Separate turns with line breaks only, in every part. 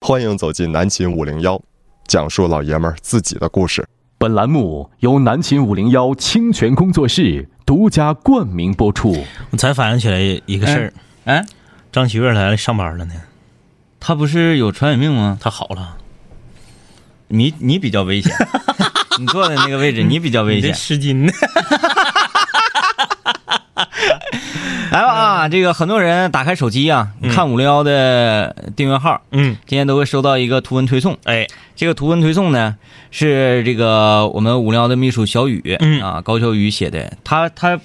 欢迎走进南秦五零幺，讲述老爷们儿自己的故事。
本栏目由南秦五零幺清泉工作室独家冠名播出。
我才反应起来一个事儿，
哎，
张喜月来了上班了呢，
他不是有传染病吗？
她好了，
你你比较危险， 你坐的那个位置你比较危
你这
险。
湿巾呢？
来吧啊，这个很多人打开手机啊，看五零幺的订阅号，
嗯，
今天都会收到一个图文推送。
哎，
这个图文推送呢是这个我们五零幺的秘书小雨，
嗯
啊，高小雨写的，他他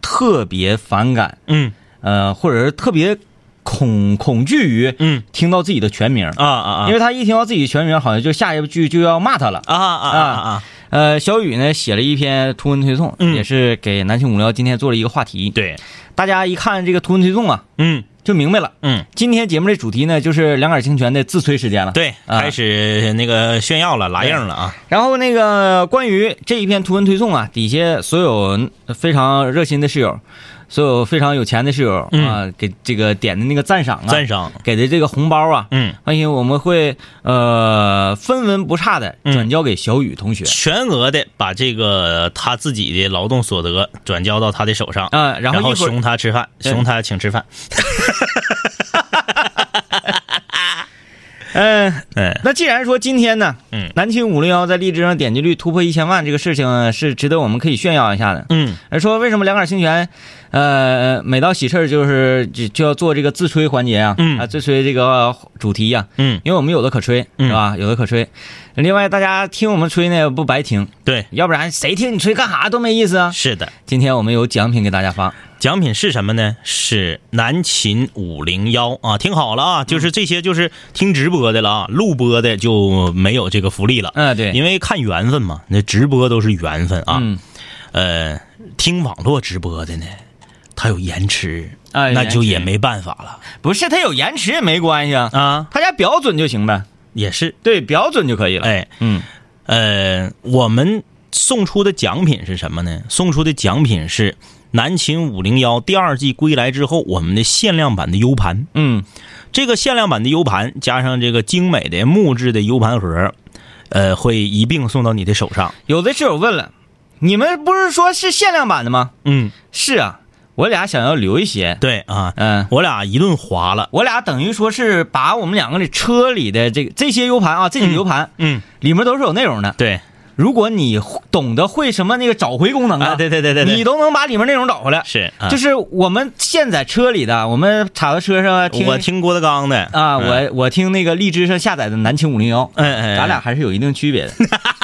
特别反感，
嗯
呃，或者是特别恐恐惧于
嗯
听到自己的全名，
啊啊啊
因为他一听到自己全名，好像就下一句就要骂他了。
啊啊啊啊！
呃，小雨呢写了一篇图文推送，
嗯
也是给南青五聊今天做了一个话题。，
对，
大家一看这个图文推送啊，
嗯
就明白了。
嗯，
今天节目的主题呢，就是两杆清泉的自吹时间了。，
对，
啊
开始那个炫耀了，拉硬了啊！
然后那个关于这一篇图文推送啊，底下所有非常热心的室友，所有非常有钱的室友啊，
嗯
给这个点的那个赞赏啊，
赞赏，
给的这个红包啊，
嗯，
放心，我们会呃分文不差的
嗯
转交给小雨同学。
全额的把这个他自己的劳动所得转交到他的手上，
啊、然
然
后
后
一会儿
熊他吃饭，
对
熊他请吃饭。
嗯、
哎，
那既然说今天呢，
嗯
南青五零幺在荔枝上点击率突破一千万这个事情是值得我们可以炫耀一下的。
嗯
而说为什么两杆清泉，呃，每到喜事儿就是就就要做这个自吹环节啊，
嗯
啊，自吹这个主题呀、
嗯，
因为我们有的可吹，
嗯
是吧？有的可吹。另外，大家听我们吹呢不白听，
对，
要不然谁听你吹干啥都没意思啊。
是的。
今天我们有奖品给大家发，
奖品是什么呢？是南秦五零幺啊，听好了
嗯
啊，就是这些就是听直播的了啊，录播的就没有这个福利了，
嗯、对，
因为看缘分嘛，那直播都是缘分啊。
嗯，
呃，听网络直播的呢，它有延迟，
啊有
那
延
就
迟
也没办法了
不是他有延迟也没关系啊，
啊，
他家标准就行呗，
也是，
对，标准就可以了。
哎，
嗯，
呃，我们送出的奖品是什么呢？送出的奖品是南秦五零幺第二季归来之后我们的限量版的 U 盘。
嗯
这个限量版的 U 盘加上这个精美的木质的 U 盘盒，呃，会一并送到你的手上。，
有的室友问了，你们不是说是限量版的吗？
嗯，
是啊，我俩想要留一些，
对啊，
嗯、
我俩一顿划了。
我俩等于说是把我们两个的车里的这这些 U 盘啊，这几个 U 盘、
嗯，
里面都是有内容的。
对
如果你懂得会什么那个找回功能啊，
啊，对对对对对，
你都能把里面内容找回来。
是啊，
就是是我们现在车里的，我们插到车上啊听
我听郭德纲的
啊，
嗯
我我听那个荔枝上下载的南青五零幺，
哎哎，哎
咱俩还是有一定区别的。嗯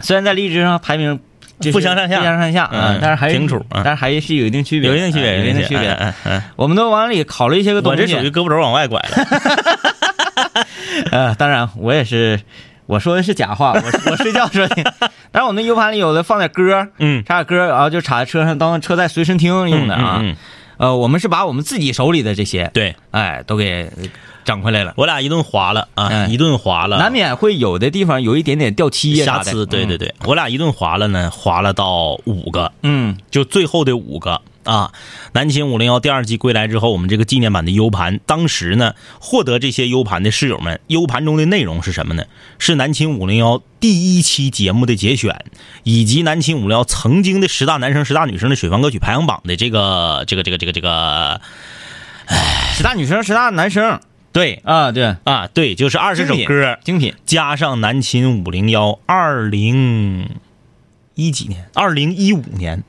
虽然在荔枝上排名就是
不相上下
不相上下啊
嗯，
但是还是
平处嗯
但是还是有一定区别，
有一定区
啊
别，
有一定
区
区别。
哎哎哎
我们都往里考虑一些个
我
东
这
西
属于，胳膊肘往外拐 了。
呃，当然我也是，我说的是假话，我我睡觉说的。 但是我们 U 盘里有的放点歌，
嗯，
插点歌，然后就插在车上当车载随身听用的啊
嗯。嗯嗯
呃，我们是把我们自己手里的这些，
对
哎，都给整回来了，
我俩一顿划了啊，
嗯
一顿划了，
难免会有的地方有一点点掉漆呀啥
瑕
的
疵。对对，对，我俩一顿划了呢，划了到五个，
嗯
就最后的五个啊，南秦五零幺第二季归来之后，我们这个纪念版的 U 盘，当时呢获得这些 U 盘的室友们，U 盘中的内容是什么呢？是南秦五零幺第一期节目的节选，以及南秦五零幺曾经的十大男生、十大女生的水房歌曲排行榜的这个、这个、这个、这个、这个，
嗯，十大女生，十大男生
对
啊，对，
啊，对，就是二十首歌，
精品，
加上南秦五零幺二零一几年，二零一五年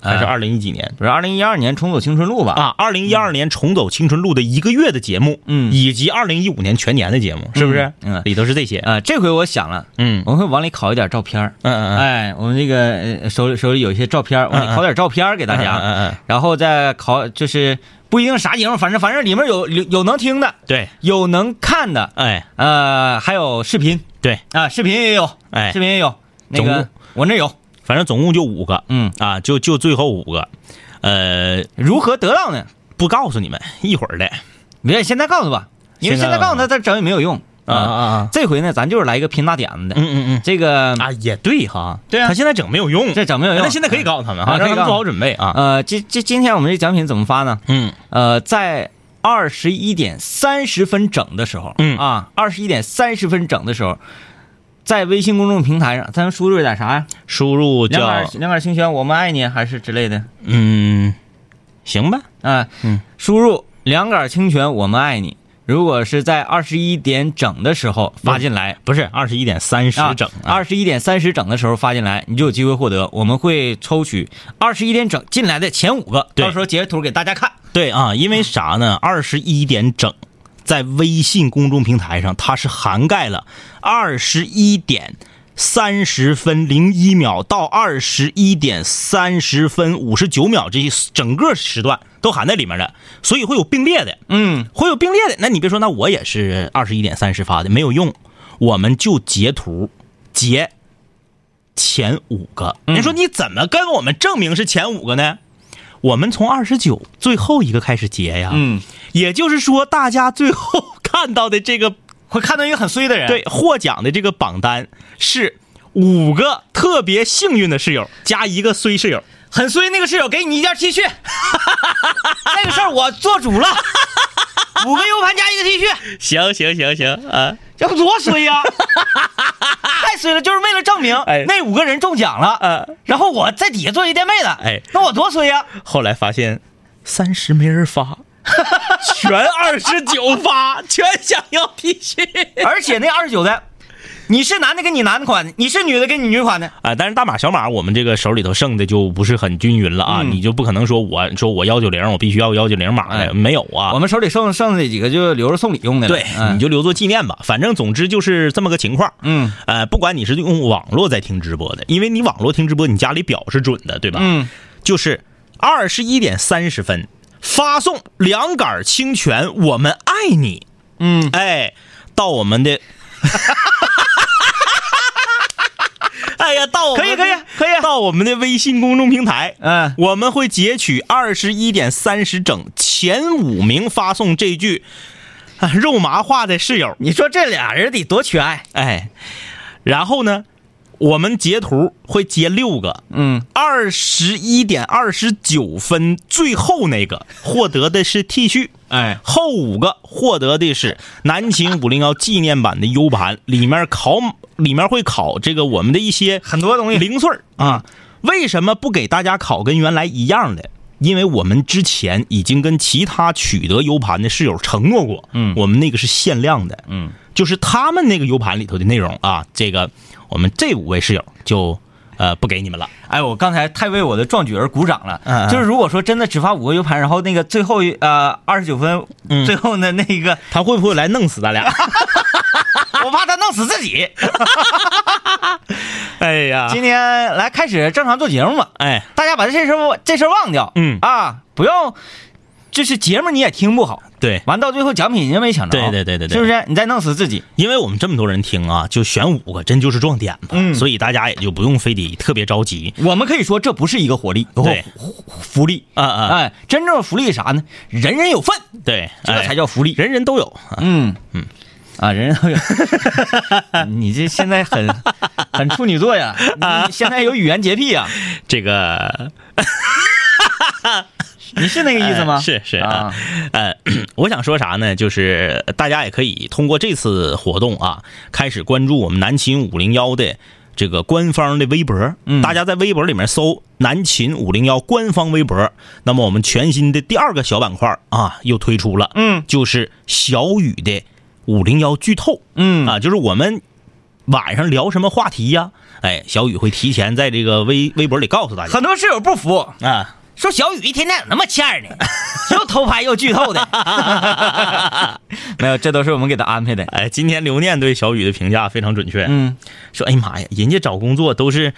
还是
哎
二零一几年？
不是二零一二年重走青春路吧？，
啊，二零一二年重走青春路的一个月的节目，
嗯
以及二零一五年全年的节目，是不是？
嗯嗯
里头是这些，
啊，这回我想了，
嗯
我们会往里考一点照片儿。
嗯嗯嗯
哎，我们这个呃手里手里有一些照片儿，往里考点照片儿给大
嗯嗯
家，
嗯嗯，
然后再考就是不一定啥节目，反正反正里面有有有能听的，
对，
有能看的，
哎
呃，还有视频
对，
啊，视频也有，
哎
视，频也有，那
总
个
共
我那有，
反正总共就五个
嗯，
啊，就就最后五个，呃，
如何得到呢？
不告诉你们，一会儿的
别现在告诉吧，因为
现
现
在
在告诉他他整也没有用啊。
啊，
这回呢，咱就是来一个拼大点子的，
嗯嗯
这个
嗯，啊也对哈，
对啊
他现在整没有用，
这整没有用。
哎那现在可以告诉他们哈，
啊
让
可
他
以
们
告诉
做好准备啊，
呃，今今今天我们这奖品怎么发呢？
嗯
呃，在二十一点三十分整的时候，
嗯
啊，二十一点三十分整的时候，在微信公众平台上，咱输入点啥呀？
输入
两杆
叫
两杆清泉，我们爱你还是之类的
嗯，行吧，
啊？
嗯，
输入两杆清泉，我们爱你。如果是在二十一点整的时候发进来，
不是二十一点三十整啊，
二十一点三十整的时候发进来，你就有机会获得。我们会抽取二十一点整进来的前五个，
对
到时候截图给大家看。
对啊，因为啥呢？二十一点整，在微信公众平台上，它是涵盖了二十一点三十分零一秒到二十一点三十分五十九秒这一整个时段都含在里面的，所以会有并列的，
嗯，
会有并列的。那你别说，那我也是二十一点三十发的，没有用，我们就截图截。前五个，你说你怎么跟我们证明是前五个呢？我们从二十九最后一个开始截呀，
嗯，
也就是说，大家最后看到的这个
会看到一个很衰的人，
对获奖的这个榜单是五个特别幸运的室友加一个衰室友，
很衰那个室友给你一件 T 恤， 那个事儿我 做主了，五个 U 盘加一个 T 恤，
行行行行啊，
这多衰 呀、太衰了，就是为了证明
哎
那五个人中奖了，
嗯
然后我在底下做一垫背的，
哎
那我多衰呀、
后来发现三十没人 发，全二十九 发，全想要 T 恤。
而且那二十九的，你是男的给你男款的，你是女的给你女款的，
啊，但是大码小码，我们这个手里头剩的就不是很均匀了啊！
嗯
你就不可能说我说我幺九零，我必须要幺九零码的，
哎
没有啊。
我们手里剩剩的几个就留着送礼用的了，
对，
嗯
你就留作纪念吧。反正总之就是这么个情况。
嗯
呃，不管你是用网络在听直播的，因为你网络听直播，你家里表是准的，对吧？
嗯，
就是二十一点三十分发送两杆清泉，我们爱你。
嗯，
哎，到我们 的，哎呀，到我们
可以可以可以
到我们的微信公众平台，
嗯
我们会截取二十一点三十整前五名发送这句啊肉麻话的室友，
你说这俩人得多缺爱，
哎，然后呢，我们截图会截六个，
嗯，
二十一点二十九分最后那个获得的是 T 恤。
哎，
后五个获得的是南秦五零幺纪念版的 U 盘，里面考里面会考这个我们的一些
很多东西
零碎儿
嗯
啊。为什么不给大家考跟原来一样的？因为我们之前已经跟其他取得 U 盘的室友承诺过，嗯，我们那个是限量的，嗯，就是他们那个 U 盘里头的内容啊，这个我们这五位室友就呃不给你们了，
哎，我刚才太为我的壮举而鼓掌了。
嗯嗯
就是如果说真的只发五个 U 盘，然后那个最后一呃二十九分，
嗯
最后的那 个，
他会不会来弄死咱 俩？
我怕他弄死自己。
哎呀
今天来开始正常做节目吧，
哎，
大家把这事儿这事儿忘掉。
嗯
啊，不要，就是节目你也听不好，
对，
完到最后奖品你也没抢着。
对对对对对
是不是？你再弄死自己。
因为我们这么多人听啊，就选五个，真就是撞点嘛，
嗯
所以大家也就不用非得特别着急。
我们可以说这不是一个活力，
对
福福利。
啊啊，
哎，真正的福利是啥呢？人人有份，
对，
这
哎
才叫福利。
人人都有。啊
嗯嗯，啊，人人都有。 你这现在很很处女 座呀，
啊
你现在有语言洁癖啊呀，
这个
你是那个意思吗？
呃是是
啊，
呃，我想说啥呢？就是大家也可以通过这次活动啊，开始关注我们南秦五零幺的这个官方的微博。
嗯
大家在微博里面搜“南秦五零幺”官方微博。那么我们全新的第二个小板块啊，又推出了，
嗯
就是小雨的五零幺剧透。
嗯
啊，就是我们晚上聊什么话题呀、哎，小雨会提前在这个微微博里告诉大家
很多室友不服，
啊。
说小雨一天天有那么欠儿呢， 又偷拍又剧透的。 没有，这都是我们给他安排的。
哎，今天刘念对小雨的评价非常准确，
嗯，
说：“哎呀妈呀，人家找工作都是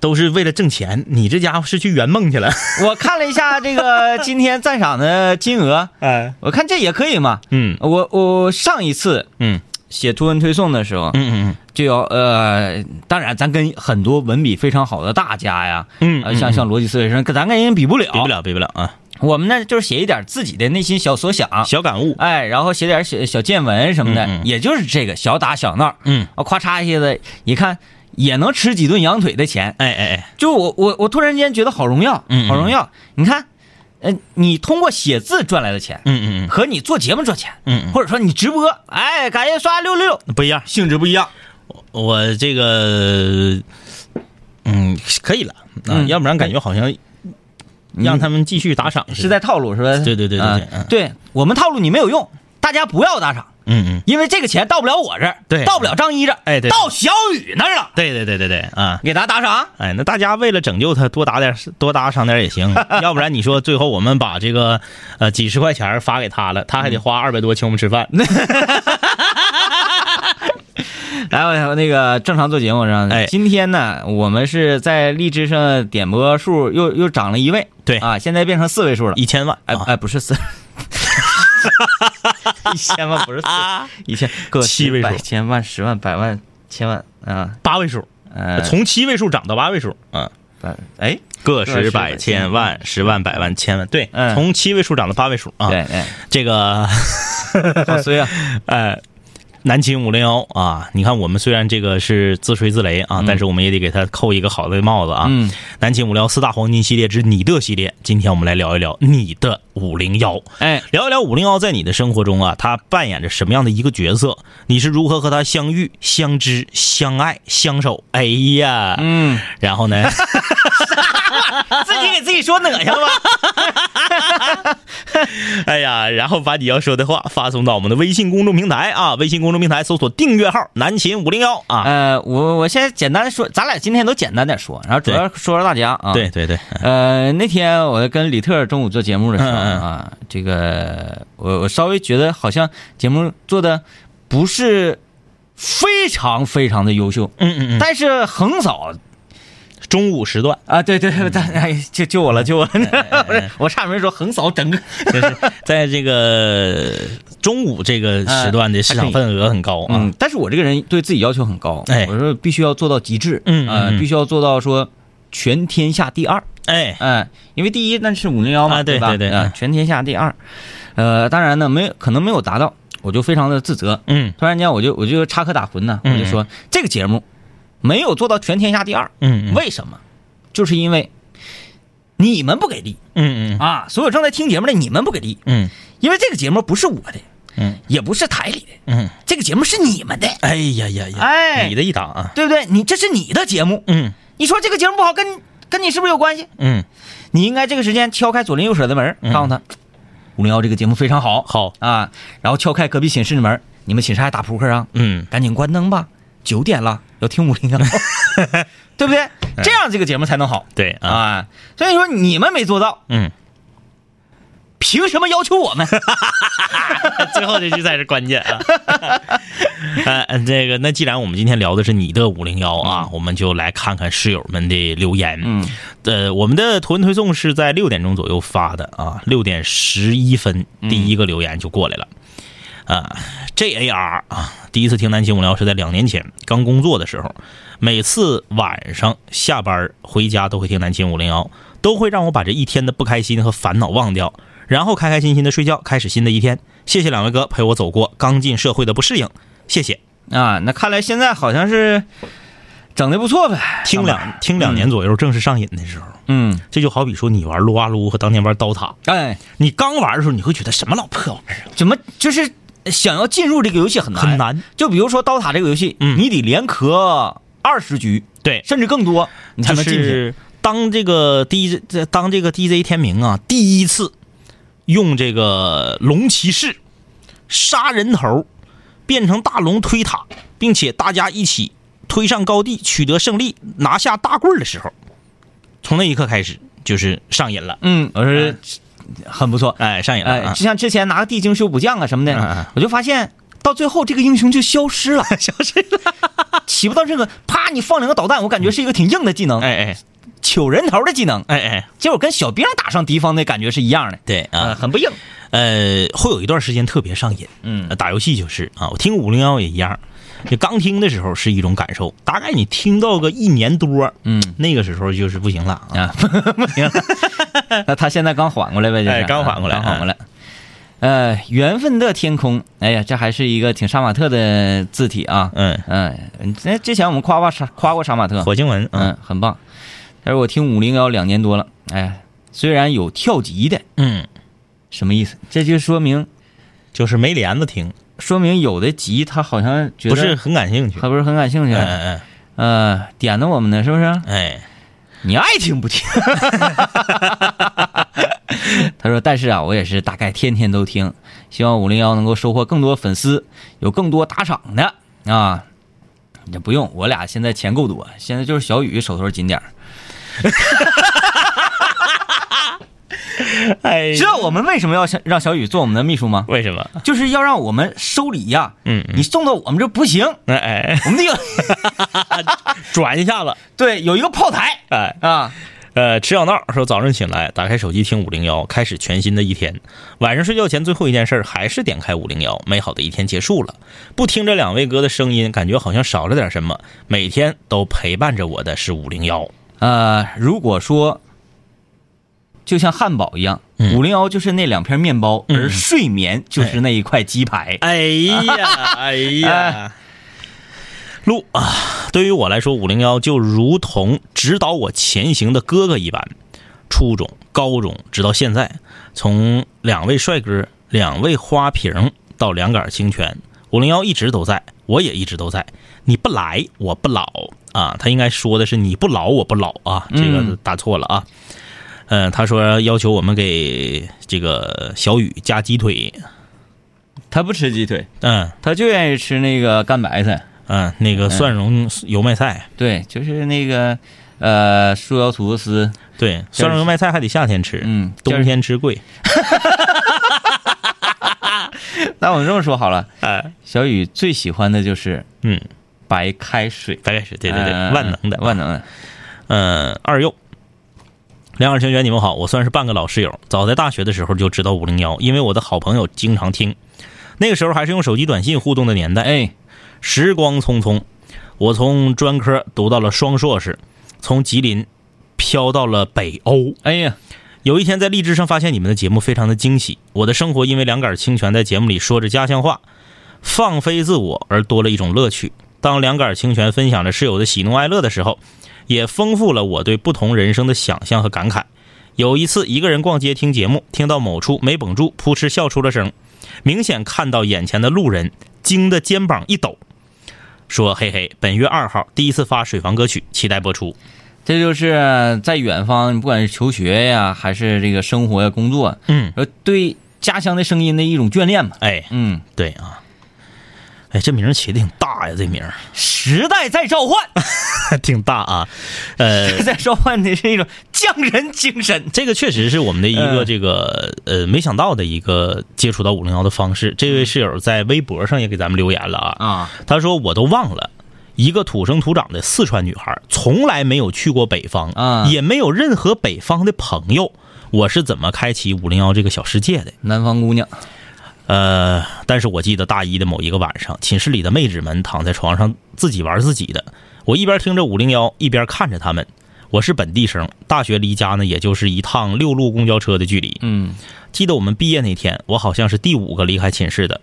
都是为了挣钱，你这家伙是去圆梦去了。
我看了一下这个今天赞赏的金额”，
哎，
我看这也可以嘛。
嗯
我我上一次
嗯
写图文推送的时候，
嗯嗯
就要呃，当然咱跟很多文笔非常好的大家呀，
嗯
呃像像逻辑思维生，跟咱跟人比不了，
嗯，比不。了，比不了啊！
我们呢就是写一点自己的内心小所想，
小感悟，
哎，然后写点小小见闻什么的，
嗯嗯
也就是这个小打小闹，
嗯，
啊，咔嚓一下子，一看也能吃几顿羊腿的钱，
哎哎哎，
就我我我突然间觉得好荣耀，
嗯嗯
好荣耀！你看呃，你通过写字赚来的钱，
嗯嗯
和你做节目赚钱，
嗯嗯
或者说你直播，哎，感谢刷六六六，
嗯，不一样。
性质不一样。
我这个，嗯，可以了啊，
嗯
要不然感觉好像让他们继续打赏
嗯是
的。
在套路是吧？
对对对对对
啊
嗯
对我们套路你没有用，大家不要打赏，
嗯嗯，
因为这个钱到不了我这儿，
对
到不了张一这儿，
哎对
到小雨那儿了，
对对对对对啊。
给大家打赏。
哎，那大家为了拯救他，多打点，多打赏点也 行，要不然你说最后我们把这个呃几十块钱发给他了，他还得花二百多请我们吃饭。
来，我那个正常做节目上，
哎
今天呢，我们是在荔枝上点播数又又涨了一位，
对
啊，现在变成四位数了，
一千万，
哎
啊
哎，不是 四，一千万不是四，一千个
啊七位数
百千万十万百万千万啊，
八位数，
呃，
从七位数涨到八位数，嗯，
百哎，
个
个
十
十
百
百千
千万十万百万千万，对，
嗯
从七位数涨到八位数啊。
对，哎，
这个
好衰 啊，
呃，南秦五零幺啊，你看我们虽然这个是自吹自擂啊，但是我们也得给他扣一个好的帽子啊。
嗯，
南秦五零幺四大黄金系列之你的系列，今天我们来聊一聊你的五零幺。
哎，
聊一聊五零幺在你的生活中啊，它扮演着什么样的一个角色？你是如何和它相遇、相知、相爱、相守？哎呀，
嗯，
然后呢？
自己给自己说哪去了吧？
哎呀，然后把你要说的话发送到我们的微信公众平台啊，微信公众平台搜索订阅号“南秦五零幺”啊。
呃，我我先简单说，咱俩今天都简单点说，然后主要说说大家啊。
对，对对，
呃，那天我跟李特中午做节目的时候
嗯
啊，这个我我稍微觉得好像节目做的不是非常非常的优秀，
嗯嗯嗯，
但是横扫
中午时段，
啊，对对，但哎，救救我了，救我
嗯哎
了！不 是，我差点没说横扫整个，
就是在这个中午这个时段的市场份额很高啊
嗯。，但是我这个人对自己要求很高，
哎
我说必须要做到极致，
嗯嗯
呃
嗯
必须要做到说全天下第二，
哎，
哎，因为第一那是五零幺嘛，
啊对
吧？
对对
啊
嗯
全天下第二，呃，当然呢，没有可能没有达到，我就非常的自责。
嗯
突然间，我就我就插科打诨呢，我
嗯
就说这个节目没有做到全天下第二，
嗯嗯
为什么？就是因为你们不给力
嗯嗯
啊！所有正在听节目的你们不给力，
嗯
因为这个节目不是我的，
嗯，
也不是台里的，
嗯，
这个节目是你们的，
哎呀呀呀，
哎
你的一档啊，
对不对？你这是你的节目，
嗯
你说这个节目不好，跟跟你是不是有关系？
嗯，
你应该这个时间敲开左邻右舍的门，告诉他，五零幺这个节目非常好，
好，
啊，然后敲开隔壁寝室的门，你们寝室还打扑克啊？
嗯
赶紧关灯吧，九点了，要听五 零幺，对不对？
嗯
这样这个节目才能好
对啊，
啊。所以说你们没做到，
嗯，
凭什么要求我们？
最后这句才是关键啊。 呃，这个，那既然我们今天聊的是你的五零幺啊，我们就来看看室友们的留言。嗯，呃，我们的图文推送是在六点钟左右发的啊，六点十一分第一个留言就过来了。啊，J A R 啊，第一次听南秦无聊是在两年前刚工作的时候，每次晚上下班回家都会听南秦五零幺，都会让我把这一天的不开心和烦恼忘掉，然后开开心心的睡觉，开始新的一天。谢谢两位哥陪我走过刚进社会的不适应，谢谢。
啊，那看来现在好像是整的不错呗，
听两听两年左右正是上瘾的时候，
嗯，
这就好比说你玩撸啊撸和当年玩刀塔，
哎，
你刚玩的时候你会觉得什么老破玩意儿啊，
怎么就是想要进入这个游戏很难
很。难。
就比如说刀塔这个游戏，
嗯
你得连磕二十局，
对，
甚至更多，你才
就
能进去。
是当这个 DJ 这当这个 DJ 天明啊，第一次用这个龙骑士杀人头变成大龙推塔，并且大家一起推上高地取得胜利，拿下大棍儿的时候，从那一刻开始就是上瘾了，
嗯，我说很不错。
哎，上瘾了
哎，
啊
就！像之前拿个地精修补匠啊什么
嗯嗯嗯
的，我就发现到最后这个英雄就消 失了，消失了， 起不到这个啪你放两个导弹，我感觉是一个挺硬的技能，
哎哎
揪人头的技能，
哎哎，
结果跟小兵打上敌方的感觉是一样的，
对
呃，
啊，
很不硬。
呃，会有一段时间特别上瘾，
嗯
呃打游戏就是啊，我听五零幺也一样，就刚听的时候是一种感受，大概你听到个一年多，
嗯
那个时候就是不行了啊。
啊，不行了，那他现在刚缓过来呗，就
嗯
是
哎刚缓过来
刚缓过来。呃，缘分的天空，哎呀，这还是一个挺杀马特的字体啊。
嗯，
嗯，那之前我们夸过杀夸过杀马特，
火星文，嗯
嗯，很棒。他说我听五零幺两年多了，哎，虽然有跳级的，
嗯，
什么意思？这就说明
就是没帘子听，
说明有的级他好像觉得
不是很感兴趣。
还不是很感兴趣，
嗯
呃，点的我们呢，是不是
嗯？哎，
你爱听 不听？他说：“但是啊，我也是大概天天都听，希望五零幺能够收获更多粉丝，有更多打赏的啊。”也不用，我俩现在钱够多，现在就是小雨手头紧点儿。
哎
知，道我们为什么要想让小雨做我们的秘书吗？
为什么？
就是要让我们收礼呀、
嗯嗯
你送到我们这儿不行，
哎哎，
我们得有
转一下子，
对有一个炮台
哎。
啊。
呃，迟小闹说，早上醒来，打开手机听五零幺，开始全新的一天。晚上睡觉前最后一件事儿还是点开五零幺，美好的一天结束了。不听这两位哥的声音，感觉好像少了点什么。每天都陪伴着我的是五零幺，
呃，如果说就像汉堡一样，
嗯
五零幺就是那两片面包，
嗯
而睡眠就是那一块鸡排。
哎呀，哎呀，路啊，对于我来说，五零幺就如同指导我前行的哥哥一般。初中、高中，直到现在，从两位帅哥、两位花瓶到两杆清泉，五零幺一直都在，我也一直都在。你不来，我不老啊！他应该说的是你不老，我不老啊，这个
嗯
打错了啊。嗯、他说要求我们给这个小雨加鸡腿，
他不吃鸡腿，
嗯，
他就愿意吃那个干白菜。
嗯，那个蒜蓉油麦菜，
对，就是那个呃，树腰吐司丝。
对，蒜蓉油麦菜还得夏天吃，
嗯，
冬。天吃贵。
那我们这么说好了，
哎，
小雨最喜欢的就是
嗯，
白开水。
大概是对对对，
呃
万能的。
万能的。
嗯，二幼，两耳清泉，你们好，我算是半个老室友，早在大学的时候就知道五零幺，因为我的好朋友经常听，那个时候还是用手机短信互动的年代。
哎，
时光匆匆，我从专科读到了双硕士，从吉林飘到了北欧。
哎呀，
有一天在荔枝上发现你们的节目，非常的惊喜。我的生活因为两杆清泉在节目里说着家乡话，放飞自我而多了一种乐趣。当两杆清泉分享着室友的喜怒哀乐的时候，也丰富了我对不同人生的想象和感慨。有一次一个人逛街听节目，听到某处没绷住，扑哧笑出了声，明显看到眼前的路人惊得肩膀一抖，说：“嘿嘿，本月二号第一次发水房歌曲，期待播出。
这就是在远方，不管是求学呀，还是这个生活呀、工作，”
嗯，
呃，对家乡的声音的一种眷恋嘛。
哎，
嗯，
对啊，哎，这名儿起的挺大呀，这名儿
时代在召唤，
挺大啊。呃，
在召唤的是一种匠人精神。
这个确实是我们的一个这个呃没想到的一个接触到五零幺的方式。这位室友在微博上也给咱们留言了啊，
啊，
他说我都忘了。一个土生土长的四川女孩，从来没有去过北方，
啊
也没有任何北方的朋友，我是怎么开启五零幺这个小世界的？
南方姑娘，
呃，但是我记得大一的某一个晚上，寝室里的妹纸们躺在床上自己玩自己的，我一边听着五零幺，一边看着他们。我是本地生，大学离家呢，也就是一趟六路公交车的距离。
嗯，
记得我们毕业那天，我好像是第五个离开寝室的。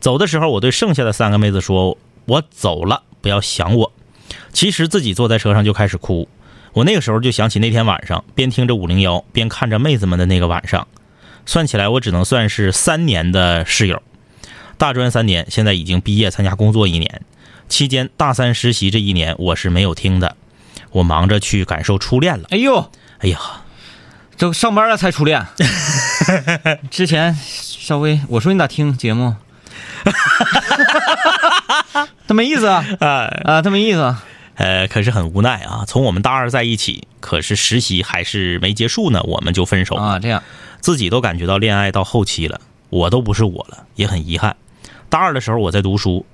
走的时候，我对剩下的三个妹子说：“我走了，不要想我。”其实自己坐在车上就开始哭。我那个时候就想起那天晚上，边听着五零幺，边看着妹子们的那个晚上。算起来，我只能算是三年的室友，大专三年，现在已经毕业参加工作一年。期间大三实习这一年，我是没有听的，我忙着去感受初恋了。
哎呦，
哎呀，
这上班了才初 恋，之前稍微我说你咋听节 目，他没意思啊，啊，他没意思啊，
呃，可是很无奈啊，从我们大二在一起，可是实习还是没结束呢，我们就分手了。
啊，这样，
自己都感觉到恋爱到后期了，我都不是我了，也很遗憾。大二的时候我在读书，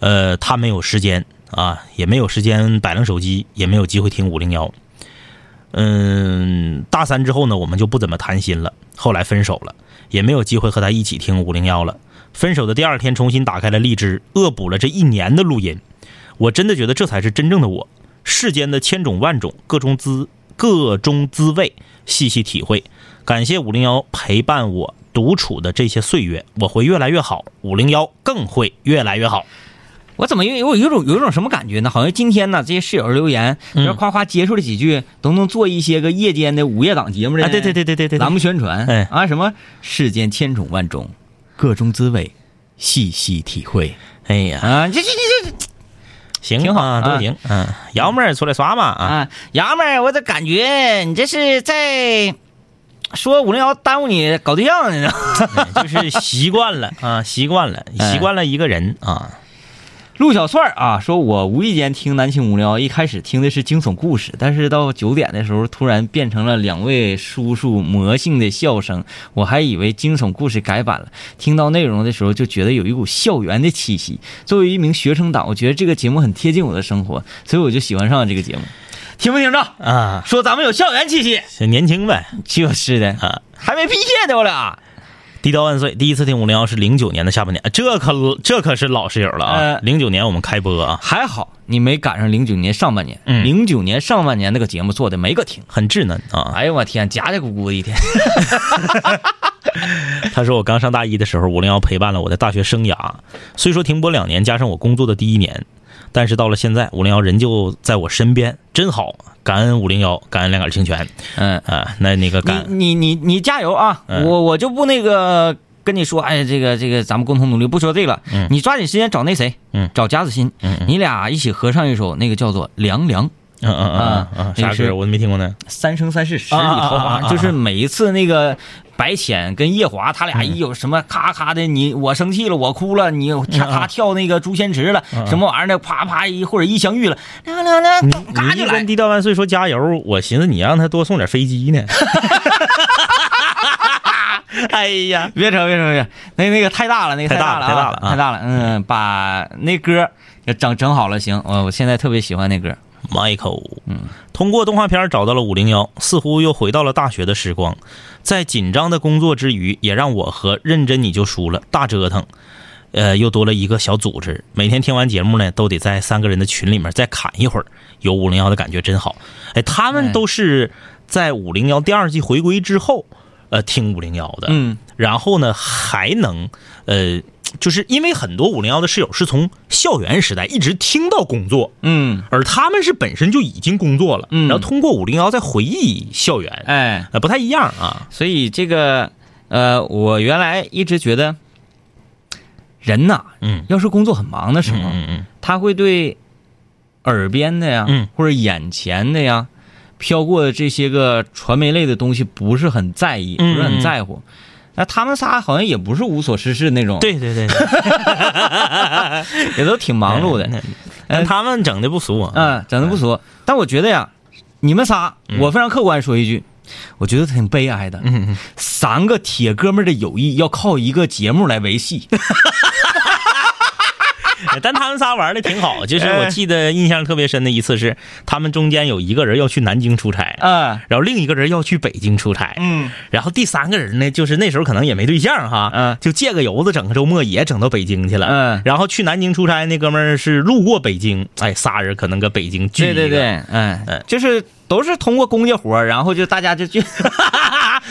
呃，他没有时间啊，也没有时间摆弄手机，也没有机会听五零幺。嗯，大三之后呢，我们就不怎么谈心了，后来分手了，也没有机会和他一起听五零幺了。分手的第二天，重新打开了荔枝，恶补了这一年的录音。我真的觉得这才是真正的我，世间的千种万种，各种滋各种滋味，细细体会。感谢五零幺陪伴我独处的这些岁月，我会越来越好，五零幺更会越来越好。
我怎么有有有种有种什么感觉呢？好像今天呢，这些室友留言，
嗯
然后夸夸接触了几句，都能做一些个夜间的午夜档节目的、
啊对对对对对对对
栏目宣传，
哎
啊什么世间千种万种，各中滋味，细细体会
哎呀，
啊，这这这这
行，
挺好
啊
啊
都行。嗯，幺妹儿出来耍嘛啊，
啊，娘们儿，我这感觉你这是在说五零幺耽误你搞对象呢，
就是习惯了啊，习惯了，
哎
习惯了一个人啊。
陆小帅儿啊，说我无意间听南青无聊，一开始听的是惊悚故事，但是到九点的时候，突然变成了两位叔叔魔性的笑声，我还以为惊悚故事改版了。听到内容的时候，就觉得有一股校园的气息。作为一名学生党，我觉得这个节目很贴近我的生活，所以我就喜欢上了这个节目。听没听着？
啊，
说咱们有校园气息，
这年轻呗
就是的，
啊！
还没毕业呢，我俩。
低调万岁！第一次听五零幺是零九年的下半年，这可这可是老室友了啊！
呃
零九年我们开播啊，
还好你没赶上零九年上半年，
嗯
零九年上半年那个节目做的没个停。
很稚嫩啊。
哎呦我天，夹夹咕咕的一天。
他说我刚上大一的时候，五零幺陪伴了我的大学生涯，虽说停播两年，加上我工作的第一年，但是到了现在，五零幺人就在我身边，真好，感恩五零幺，感恩两杆清泉
嗯，
啊！那那个感
你你你你加油啊！
嗯
我我就不那个跟你说，哎，这个这个，咱们共同努力，不说这个了。
嗯
你抓紧时间找那谁，
嗯
找贾子欣，
嗯嗯
你俩一起合唱一首那个叫做《凉凉》，
嗯嗯嗯嗯
啊
嗯，啥
那是
歌我都没听过呢。
三生三世十里桃
啊啊
花
啊啊，啊
就是每一次那个白浅跟夜华他俩一有什么咔咔的，你我生气了，我哭了，你他他跳那个诛仙池了，什么玩意儿的，啪啪一或者一相遇了，凉凉凉，
你
嘎就
一
来
跟。低调万岁说加油，我寻思你让他多送点飞机呢。 哎呀，
别扯，别扯，别扯，那那个太大了，那个
太大
大
了
了啊，
太大了啊
太大了。嗯，把那歌给整整好了，行。我我现在特别喜欢那歌。
Michael，嗯，通过动画片找到了五零幺，似乎又回到了大学的时光，在紧张的工作之余，也让我和认真你就输了大折腾，呃，又多了一个小组织。每天听完节目呢，都得在三个人的群里面再侃一会儿，有五零幺的感觉真好。哎，他们
哎
都是在五零幺第二季回归之后，呃，听五零幺的，
嗯，
然后呢，还能呃，就是因为很多五零幺的室友是从校园时代一直听到工作，
嗯，
而他们是本身就已经工作了，
嗯
然后通过五零幺再回忆校园，
哎，
呃，不太一样啊。
所以这个呃，我原来一直觉得，人呐，
嗯
要是工作很忙的时候，
嗯嗯
他会对耳边的呀，
嗯
或者眼前的呀，飘过的这些个传媒类的东西不是很在意，
嗯
不是很在乎。那他们仨好像也不是无所事事那种，
嗯，，对对对，对
也都挺 忙碌
哎
的。
但他们整的不俗啊。
嗯，整的不俗。但我觉得呀，你们仨，我非常客观说一句，我觉得挺悲哀的。
嗯嗯
三个铁哥们儿的友谊要靠一个节目来 维系。
嗯但他们仨玩的挺好。 就是我记得印象特别深的一次是，他们中间有一个人要去南京出差，
啊，
然后另一个人要去北京出差，
嗯，
然后第三个人呢，就是那时候可能也没对象哈，
嗯
就借个由子整个周末也整到北京去了，
嗯
然后去南京出差那哥们儿是路过北京，哎，仨人可能搁北京聚一
对
个，
对对，嗯
嗯，
就是都是通过公家活儿，然后就大家就去。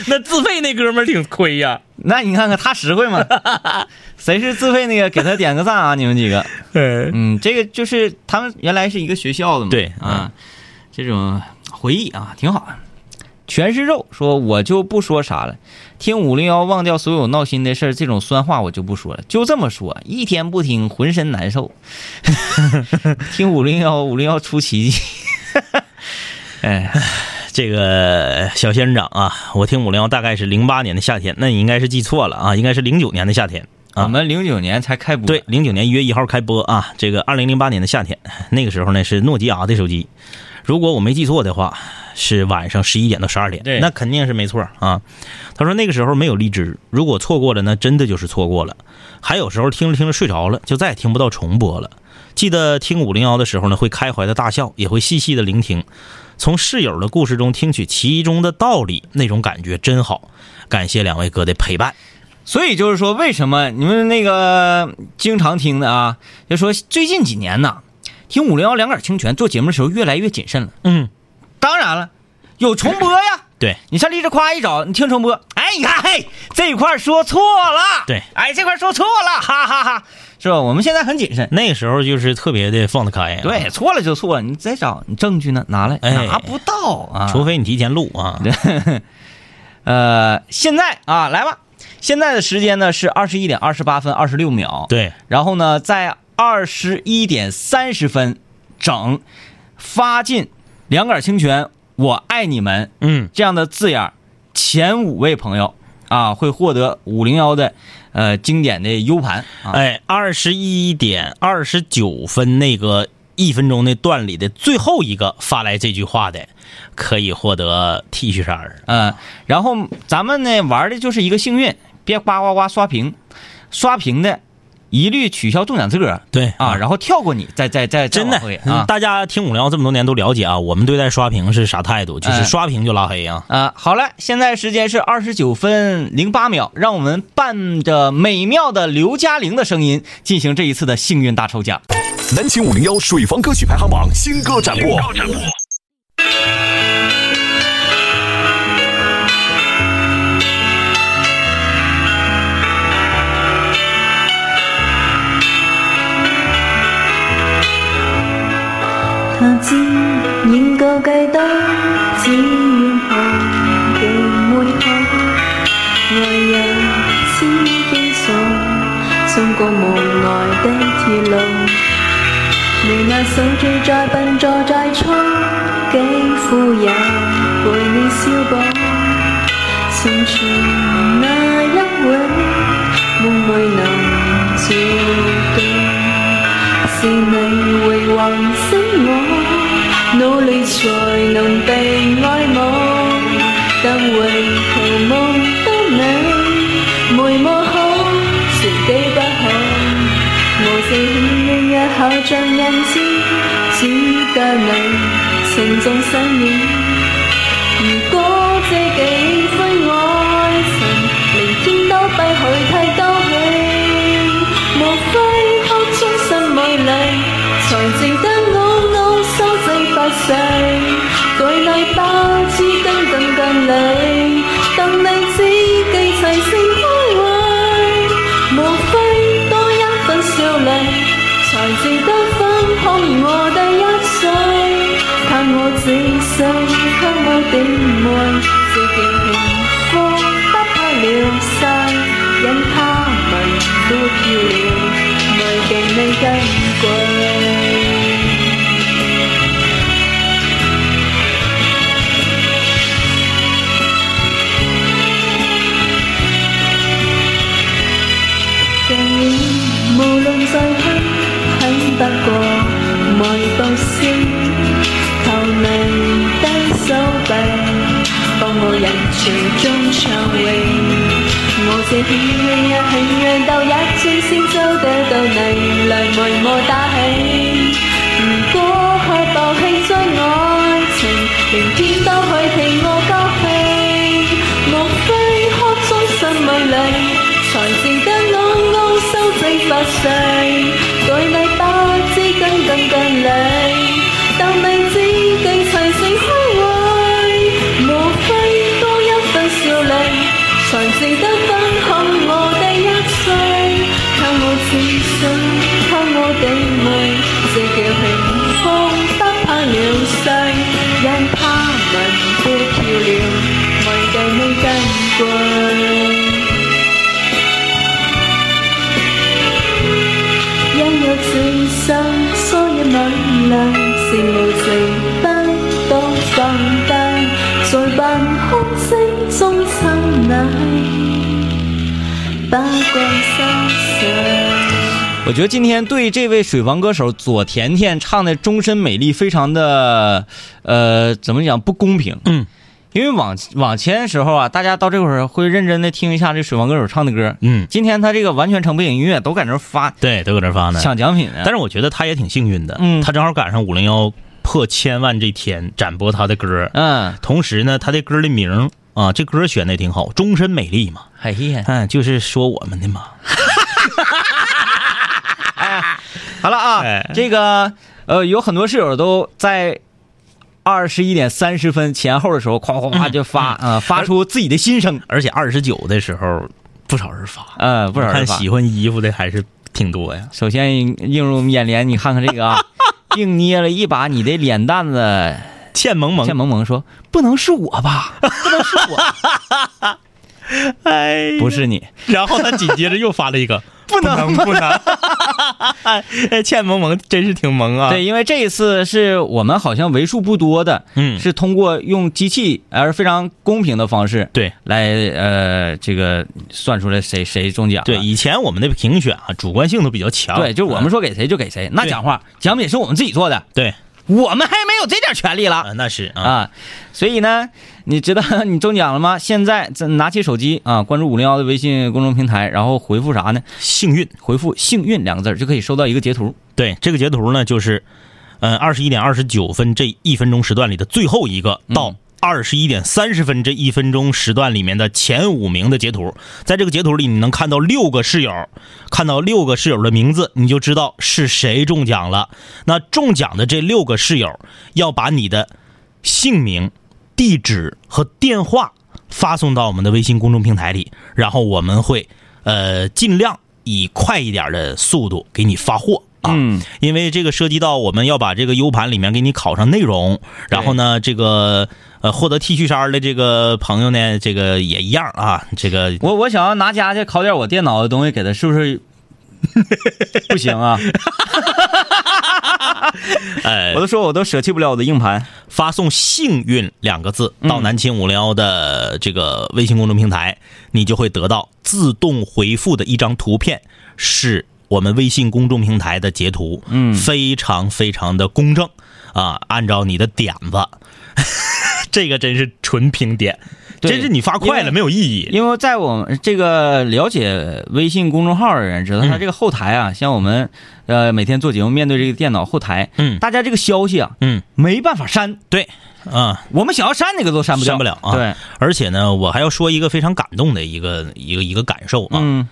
那自费那哥们儿挺亏呀、
那你看看他实惠吗？ 谁是自费那个，给他点个赞啊！你们几个，
嗯，
嗯，这个就是他们原来是一个学校的嘛，
对
啊，这种回忆啊，挺好啊。全是肉，说我就不说啥了。听五零幺忘掉所有闹心的事儿，这种酸话我就不说了，就这么说，一天不听浑身 难受。听五零幺，五零幺出奇迹。哎，
这个小仙人掌啊，我听五零幺大概是零八年的夏天，那你应该是记错了啊，应该是零九年的夏天。啊
我们零九年才开播，
对，，零九年一月一号开播啊，这个二零零八年的夏天， 那个时候呢是诺基亚的手机，如果我没记错的话，是晚上十一点到十二点，
对
那肯定是没错啊。他说那个时候没有荔枝，如果错过了，那真的就是错过了。还有时候听着听着睡着了，就再也听不到重播了。记得听五零幺的时候呢，会开怀的大笑，也会细细的聆听，从室友的故事中听取其中的道理，那种感觉真好。感谢两位哥的陪伴。
所以就是说，为什么你们那个经常听的啊，就说最近几年呐，听五零幺两杆清泉做节目的时候越来越谨慎了。
嗯，
当然了，有重播呀，
对，
你上荔枝夸一找，你听重播，哎，你看，嘿，这块儿说错了，
对
哎，这块儿说错了，哈哈哈是吧？我们现在很谨慎。
那时候就是特别的放得开、啊，
对，，错了就错了，你再找你证据呢，拿来、
哎
拿不到啊。
除非你提前录啊。
呃，现在啊，来吧，现在的时间呢是二十一点二十八分二十六秒。，
对，
然后呢，在二十一点三十分整发进“两杆清泉”，我爱你们
嗯，
这样的字样儿，前五位朋友啊会获得五零幺的呃经典的 U 盘啊。
哎，二十一点二十九分那个一分钟那段里的最后一个发来这句话的，可以获得 T 恤衫儿。
嗯，然后咱们呢玩的就是一个幸运，别呱呱呱刷屏，刷屏的一律取消中奖资格
对
啊，然后跳过你，再再再再
真的
往回，
嗯
啊
大家听五聊这么多年都了解啊，我们对待刷屏是啥态度，就是
哎
刷屏就拉黑啊。
啊！好了，现在时间是二十九分零八秒，让我们伴着美妙的刘嘉玲的声音进行这一次的幸运大抽奖。
南秦五零幺水房歌曲排行榜新歌展播。
他知研究計得，只願學嘅妹學，愛人知己數，送過無奈的鐵路。你那手指再笨拙再粗，幾乎也陪你消補。從前那一會，夢寐能做到。是你會喚醒我，努力才能被愛慕。但回頭夢到你，眉目好，全幾不好。無情牽一口像人知，只得你情重身影。如果這幾分愛情，明天都不許太多氣。莫非哭中心美麗，才值得我我修正發誓，舉例包知根更近你，等你知己齊聲開懷。莫非多一份笑淚，才值得分享我第一世？盼我只想給我點愛，自己幸福。不怕了世，因他們都漂亮，愛極你更貴。今年無論再拼，拼不過愛到先，求你低手臂，幫我人潮中暢泳。我這險一很讓到一轉先找得到你來為我打氣。如果可爆氣追愛情，明天都許替我高興。莫非哭中心美麗？才值得我我修正發誓，改禮不知根更近你，但你知己齊成開懷，無非多一份笑淚，才值得分享我的一世。靠我自信，靠我地位，這叫幸福，不怕了世，因他們都漂亮，為計你珍貴。因有自信，所以美麗，是無情不懂放低，在扮空星中親你，不過收拾。
我觉得今天对这位水房歌手左甜甜唱的《终身美丽》非常的，呃，怎么讲不公平？
嗯，
因为往往前的时候啊，大家到这会儿会认真的听一下这水房歌手唱的歌。
嗯，啊
今天他这个完全成背景音乐都在那发
对，都搁这发呢。
抢奖品呢。
但是我觉得他也挺幸运的，
嗯
他正好赶上五零幺破千万这天展播他的歌，
嗯，
同时呢，他这歌的名儿啊，这歌选的也挺好，《终身美丽》嘛，
哎呀，
嗯，就是说我们的嘛，
好了啊，
哎
这个呃，有很多室友都在二十一点三十分前后的时候，夸夸
嗯
夸就发啊、呃发出自己的心声。
而且二十九的时候不少人发，
呃，不少人
看
发
喜欢衣服的还是挺多呀。
首先映入我们眼帘，你看看 这个啊，硬捏了一把你的脸蛋子。
倩萌萌
倩，萌萌说：“不能是我吧？不能是我，
哎，
不是你，
然后他紧接着又发了一个 不能不能， 哎，倩萌萌真是挺萌啊。
对，因为这一次是我们好像为数不多的，
嗯
是通过用机器而非常公平的方式，
对
来呃这个算出来谁谁中奖了，啊
对，以前我们的评选啊，主观性都比较强。
对，就是我们
说
说给谁就给谁，那
对
讲话奖品是我们自己做的，
对
我们还没有这点权利了
啊，那是啊，
啊，所以呢，你知道你中奖了吗？ 现在这拿起手机啊，关注五零幺的微信公众平台，然后回复啥呢？
幸运。
回复“幸运”两个字儿就可以收到一个截图。
对，这个截图呢，就是，呃，二十一点二十九分这一分钟时段里的最后一个到。二十一点三十分这一分钟时段里面的前五名的截图，在这个截图里你能看到六个室友，看到六个室友的名字，你就知道是谁中奖了。那中奖的这六个室友要把你的姓名、地址和电话发送到我们的微信公众平台里，然后我们会呃尽量以快一点的速度给你发货啊。
嗯
因为这个涉及到我们要把这个 U 盘里面给你拷上内容，然后呢，这个呃获得 T 恤衫的这个朋友呢，这个也一样啊，这个
我我想要拿家去拷点我电脑的东西给他，是不是 不行啊？
呃
我都说我都舍弃不了我的硬盘。
发送“幸运”两个字
嗯
到南秦五零幺的这个微信公众平台，你就会得到自动回复的一张图片，是我们微信公众平台的截图，嗯，非常非常的公正啊，按照你的点子， 这个真是纯凭点，
对
真是你发快
因
了
为
没有意义，
因为在我们这个了解微信公众号的人知道，他这个后台啊，像我们呃每天做节目面对这个电脑后台，
嗯
大家这个消息啊，
嗯，
没办法删，
对，啊，
我们想要删那个都删不掉，
删不了啊，
对，，
而且呢，我还要说一个非常感动的一个一个一个感受啊，
嗯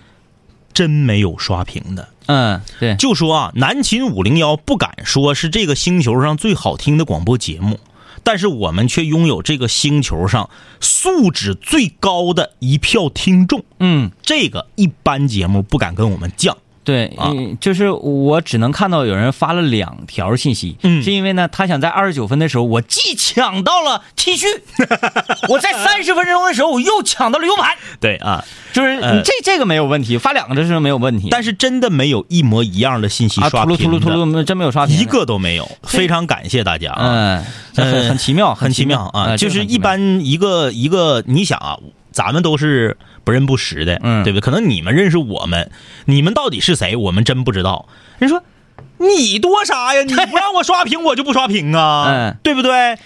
真没有刷屏的。
嗯，对，
就说啊，南秦五零幺不敢说是这个星球上最好听的广播节目，但是我们却拥有这个星球上素质最高的一票听众，
嗯
这个一般节目不敢跟我们犟。
对，
啊
嗯就是我只能看到有人发了两条信息，
嗯
是因为呢，他想在二十九分的时候，我既抢到了 T 恤，我在三十分钟的时候我又抢到了 U 盘，
对啊，
就是
呃
你这这个没有问题，发两个这是没有问题，
但是真的没有一模一样的信息
啊，
刷
秃噜
屏
秃噜秃
的，
噜，真没有刷屏的，
一个都没有，非常感谢大家啊。
嗯，这很
呃
很奇 妙，
很奇
奇
妙啊！
这
就
个
是
很
一
奇妙
般一个一个，你想啊，咱们都是不认不识的，
嗯
对不对？可能你们认识我们，你们到底是谁，我们真不知道。人说你多啥 呀？你不让我刷屏，我就不刷屏啊，
嗯
对不对？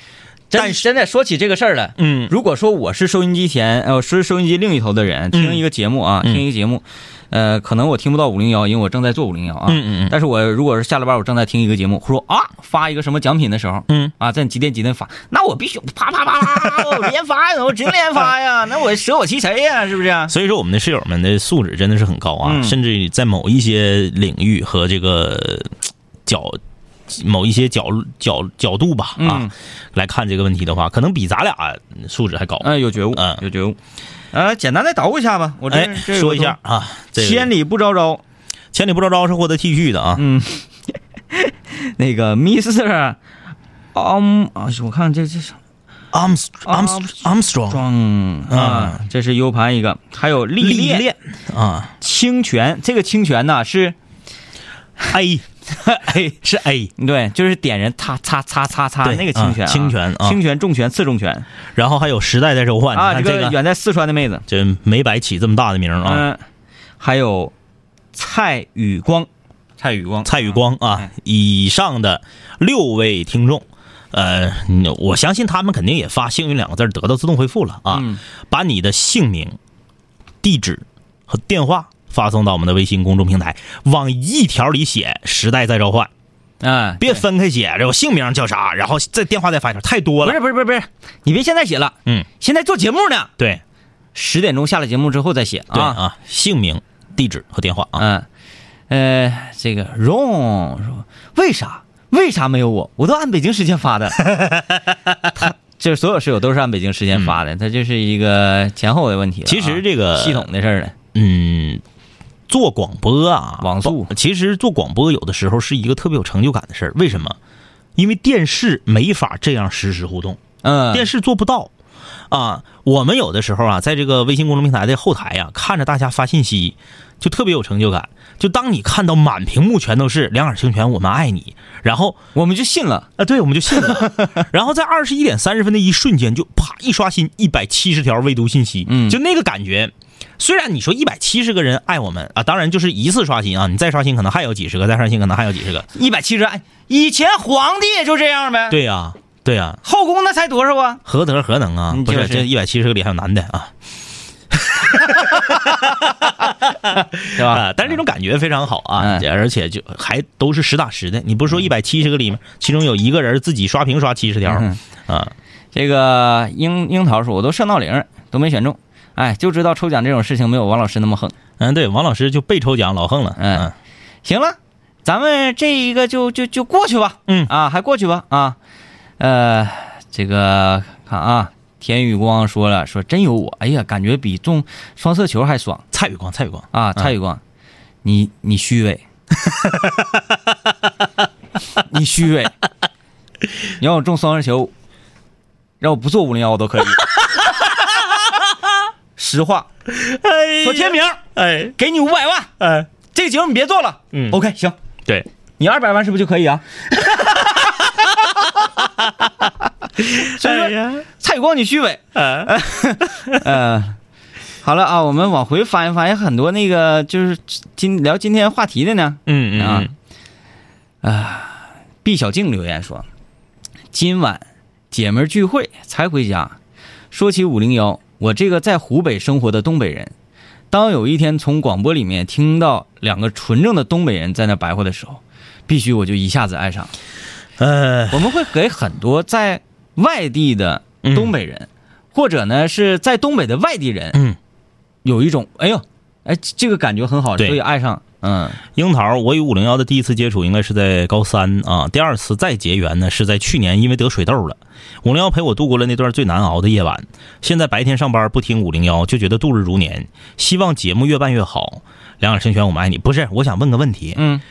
真
但
真的说起这个事儿来，
嗯
如果说我是收音机前，呃，我是收音机另一头的人，听一个节目啊，
嗯
听一个节目，呃，可能我听不到五零幺，因为我正在做五零幺啊。
嗯嗯嗯
但是我如果是下了班，我正在听一个节目，说啊发一个什么奖品的时候，
嗯
啊，在几点几点发，那我必须啪啪啪 啪，我连发呀，我直连发 呀，那我舍我其谁呀，是不是？
所以说，我们的室友们的素质真的是很高啊，
嗯
甚至在某一些领域和这个嘖角。某一些角角角度吧，啊，
嗯
来看这个问题的话，可能比咱俩素质还高。
嗯，有觉悟
嗯，
有觉悟。呃，简单的捣鼓一下吧，我这
哎，
这有
说一
个
下啊，这个
千里不招招，
千里不着招是获得 T 恤的
嗯
啊，
那个 Mr. 嗯，啊，我看这这是
Armst-
Armst-
Armst- Armstrong
壮啊，这是 U 盘一个，还有历
历
练
练啊
清泉，这个清泉呢是， 哎
，A A 是 A，
对，就是点人擦擦擦擦擦
对
那个清泉啊，
啊清泉啊
清泉重泉次重泉
然后还有时代在召唤
啊，
你看
这个
这个
远在四川的妹子，
这没白起这么大的名儿啊，
嗯，还有蔡宇光，蔡宇光，
蔡宇光啊
哎，
以上的六位听众。呃，嗯我相信他们肯定也发“幸运”两个字儿得到自动回复了啊！
嗯
把你的姓名、地址和电话发送到我们的微信公众平台，往一条里写“时代在召唤”，
啊，
别分开写，这我姓名叫啥，然后再电话再发一条，太多
不
了。
是不是不是不是，你别现在写了，
嗯，
现在做节目呢，
对
十点钟下了节目之后再写
对
啊，
啊，姓名、地址和电话啊。
嗯，呃，这个荣说为啥为啥没有我？我都按北京时间 发的。他就是所有室友都是按北京时间发的，他就是一个前后的问题了啊。
嗯其实这个
系统的事儿了，
嗯，做广播啊，
网速
包其实做广播有的时候是一个特别有成就感的事儿。为什么？因为电视没法这样实时互动，
嗯，
电视做不到啊。我们有的时候啊，在这个微信公众平台的后台呀、看着大家发信息，就特别有成就感。就当你看到满屏幕全都是“两耳清泉，我们爱你”，然后
我们就信了，
啊，对，我们就信 了。然后在二十一点三十分的一瞬间，就啪一刷新一百七十条未读信息，
嗯
就那个感觉。虽然你说一百七十个人爱我们啊，当然就是一次刷新啊，你再刷新可能还有几十个，再刷新可能还有几十个。
一百七十，哎，以前皇帝也就这样呗，，
对呀、啊对呀、
后宫那才多少啊？
何德何能啊
嗯？
不，
就是是
这一百七十个里还有男的啊，
对吧？
啊，但是这种感觉非常好啊，
嗯
而且就还都是实打实的。你不是说一百七十个里面，其中有一个人自己刷屏刷七十条
嗯
啊？
这个樱樱桃说，我都设闹铃都没选中，哎，就知道抽奖这种事情没有王老师那么横。
嗯，对，王老师就被抽奖老横了，
嗯
嗯
行了，咱们这一个就就就过去吧，
嗯
啊，还过去吧啊，呃，这个看啊，田宇光说了，说真有我，哎呀，感觉比中双色球还爽
蔡宇光，蔡宇光，
啊！蔡宇光，你你虚伪， 你虚伪，你让我中双色球，让我不做五零幺我都可以， 实话，说天明，
哎
给你五百万，
哎。
这个节目你别做了，
嗯
，OK，行，
对，
你二百万是不是就可以啊？ 所以说，
呀，
蔡宇光你虚伪。
呃，
呃，好了啊，我们往回翻一翻，有很多那个就是今聊今天话题的呢。
嗯嗯
啊
嗯，
毕小静留言说，今晚姐们儿聚会才回家。说起五零幺，我这个在湖北生活的东北人，当有一天从广播里面听到两个纯正的东北人在那白话的时候，必须我就一下子爱上。
呃，
我们会给很多在外地的
嗯
东北人，或者呢是在东北的外地人，
嗯，
有一种哎呦，哎这个感觉很好，所
对
以爱上，嗯
樱桃，我与五零幺的第一次接触应该是在高三啊，第二次再结缘呢是在去年，因为得水痘了。五零幺陪我度过了那段最难熬的夜晚。现在白天上班不听五零幺，就觉得度日如年。希望节目越办越好。两耳清泉，我们爱你。不是，我想问个问题，
嗯，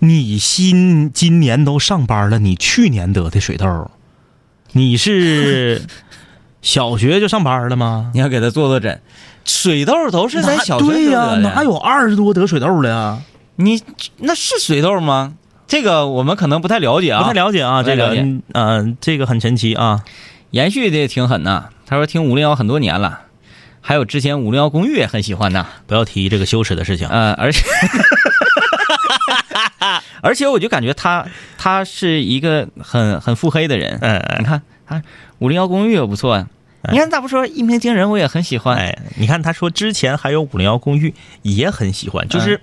你新今年都上班了，你去年得的水痘，你 是小学就上班了吗？
你要给他做做诊，水痘都是在
哪
小学
对
得
呀、
的
哪有二十多得水痘的呀？
你那是水痘吗？这个我们可能不太了解啊，
不太了解啊，
不太
这个
了解
嗯、呃这个很神奇啊。
延续的也挺狠呐。他说听五零幺很多年了，还有之前五零幺公寓也很喜欢呐。
不要提这个羞耻的事情。
呃，而且而且我就感觉他他是一个很很腹黑的人。
嗯、
你
哎
看他五零幺公寓也不错呀、你看咋不说一鸣惊人，我也很喜欢。
哎，你看他说之前还有五零幺公寓也很喜欢，就是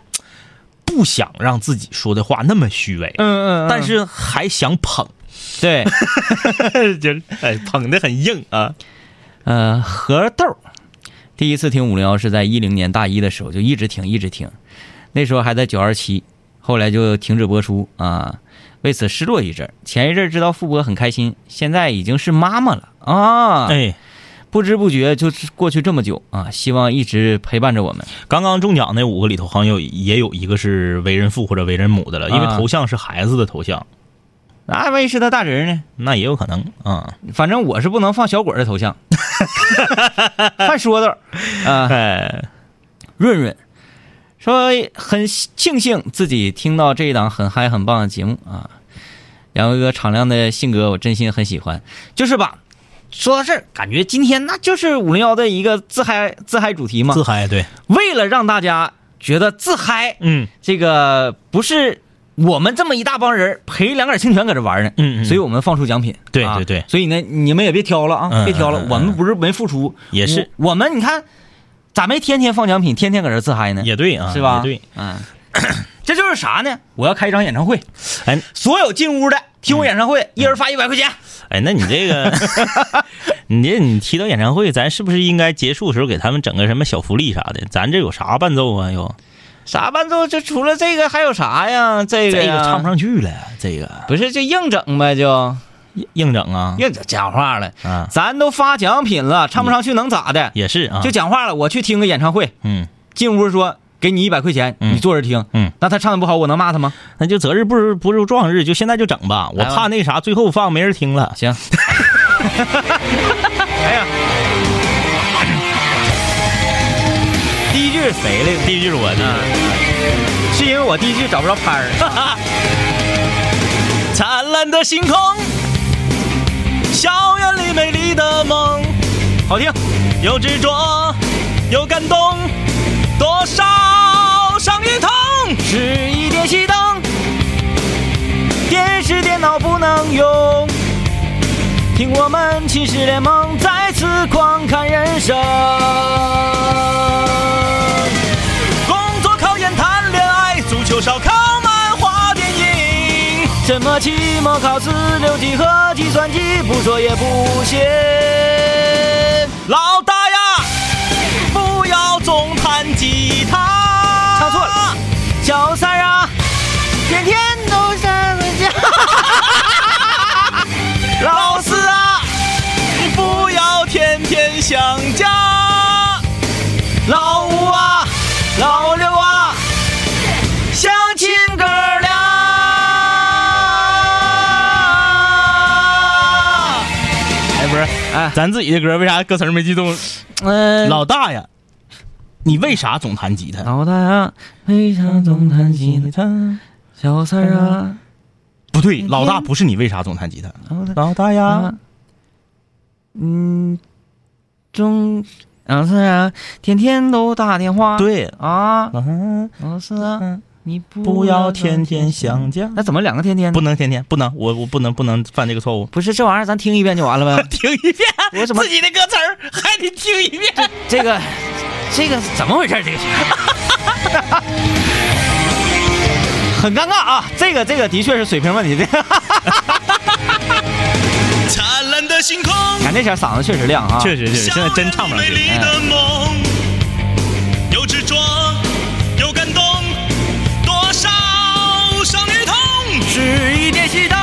不想让自己说的话那么虚伪，
嗯嗯嗯
但是还想捧，
对，
就是哎捧的很硬啊。
呃，核豆，第一次听五零幺是在一零年大一的时候，就一直听一直听，那时候还在九二七，后来就停止播出啊，为此失落一阵儿。前一阵儿知道复播很开心，现在已经是妈妈了啊，
哎，
不知不觉就是过去这么久啊，希望一直陪伴着我们。
刚刚中奖那五个里头好像有也有一个是为人父或者为人母的了，因为
啊
头像是孩子的头像，
啊，万一是他大侄儿呢？
那也有可能啊。
反正我是不能放小果儿的头像， 还说道儿啊。
哎，
润润说很庆幸自己听到这一档很嗨很棒的节目啊，两位哥敞亮的性格我真心很喜欢，就是吧。说到这儿，感觉今天那就是五零幺的一个自嗨自嗨主题嘛
自。嗨对，
为了让大家觉得自嗨，
嗯
这个不是我们这么一大帮人陪两杆清泉搁这玩呢，
嗯嗯
所以我们放出奖品，
对
啊
对对
所以呢，你们也别挑了啊，
嗯
别挑
嗯
了，
嗯
我们不是没付出，
也是
我我们你看，咋没天天放奖品，天天搁这自嗨呢？
也对啊，
是吧？
也对，，
嗯， 这就是啥呢？我要开一场演唱会，
哎
所有进屋的听我演唱
嗯
会，一人发一百块钱，
哎，那你这个，你这你提到演唱会，咱是不是应该结束的时候给他们整个什么小福利啥的？咱这有啥伴奏啊？又
啥伴奏？这除了这个还有啥呀？这个
这
呀
个唱不上嗯去了，这个
不是就硬整呗，就
硬整啊，
硬整讲话了。
啊，
咱都发奖品了，唱不上去能咋的？
也是啊，
就讲话了，我去听个演唱会，
嗯
进屋说。给你一百块钱，
嗯
你坐着听，
嗯，
那他唱的不好，我能骂他吗？
那就择日不如不如撞日，就现在就整吧，我
来吧
怕那啥最后放没人听了。
行，
第一句是谁的？第一句是我的。
是因为我第一句找不着拍儿，
灿烂的星空，校园里美丽的梦，
好听。
有执着，有感动，多少伤与痛。
是一点熄灯，电视电脑不能用。听我们寝室联盟再次狂看人生。
工作、考研、谈恋爱，足球、烧烤、漫画、电影。
什么期末考试、六级和计算机，不说也不行。
老大呀，不要总弹吉他。
唱错了。小三儿啊，天天都想回 家。
老四啊，你不要天天想家。
老五啊，老六啊，
相亲哥俩。哎，不是，
哎
咱自己的歌为啥歌词儿没记住？
嗯
老大呀，你为啥总弹吉他？
老大呀，为啥总弹吉他？小三儿啊，
不对，老大不是你为啥总弹吉他？老大呀
嗯啊，，嗯，中老三儿啊，天天都打电话。
对，
啊，
啊，
老四啊，你不
不要天天想家。
那怎么两个天天呢？
不能天天，不能，我我不能不能犯这个错误。。
不是这玩意儿，咱听一遍就完了呗
听一遍，
我怎么
自己的歌词儿 还得听一遍？
这个，这个怎么回事儿？这个是， 很尴尬啊。这个这个的确是水平问题。这 个
灿烂的星空，
俺这前嗓子确实亮啊，
确实确实，现在真唱不上去。梦，有执着，有感动，多少伤与痛。
是一点熄灯，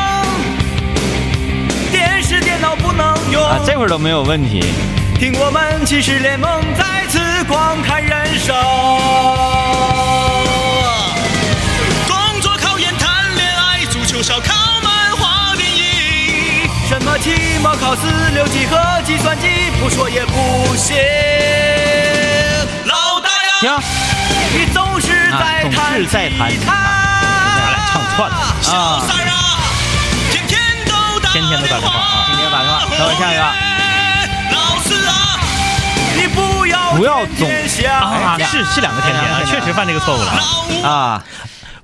电视电脑不能用。啊，这会儿都没有问题。听我们骑士联盟再次观看人生。
工作、考研、谈恋爱、足球、烧烤、漫画、电影。
什么期末考试、六级和计算机，不说也不行。
老大呀，
行，
你总是
啊，总是在弹吉他，
咱俩唱串了
啊
小三儿啊，天天都打
天天都打电话啊天天打电话等我下一个
老四啊，你不要
不要总
啊，
哎
是是两个天天啊，确实犯这个错误了啊。
啊，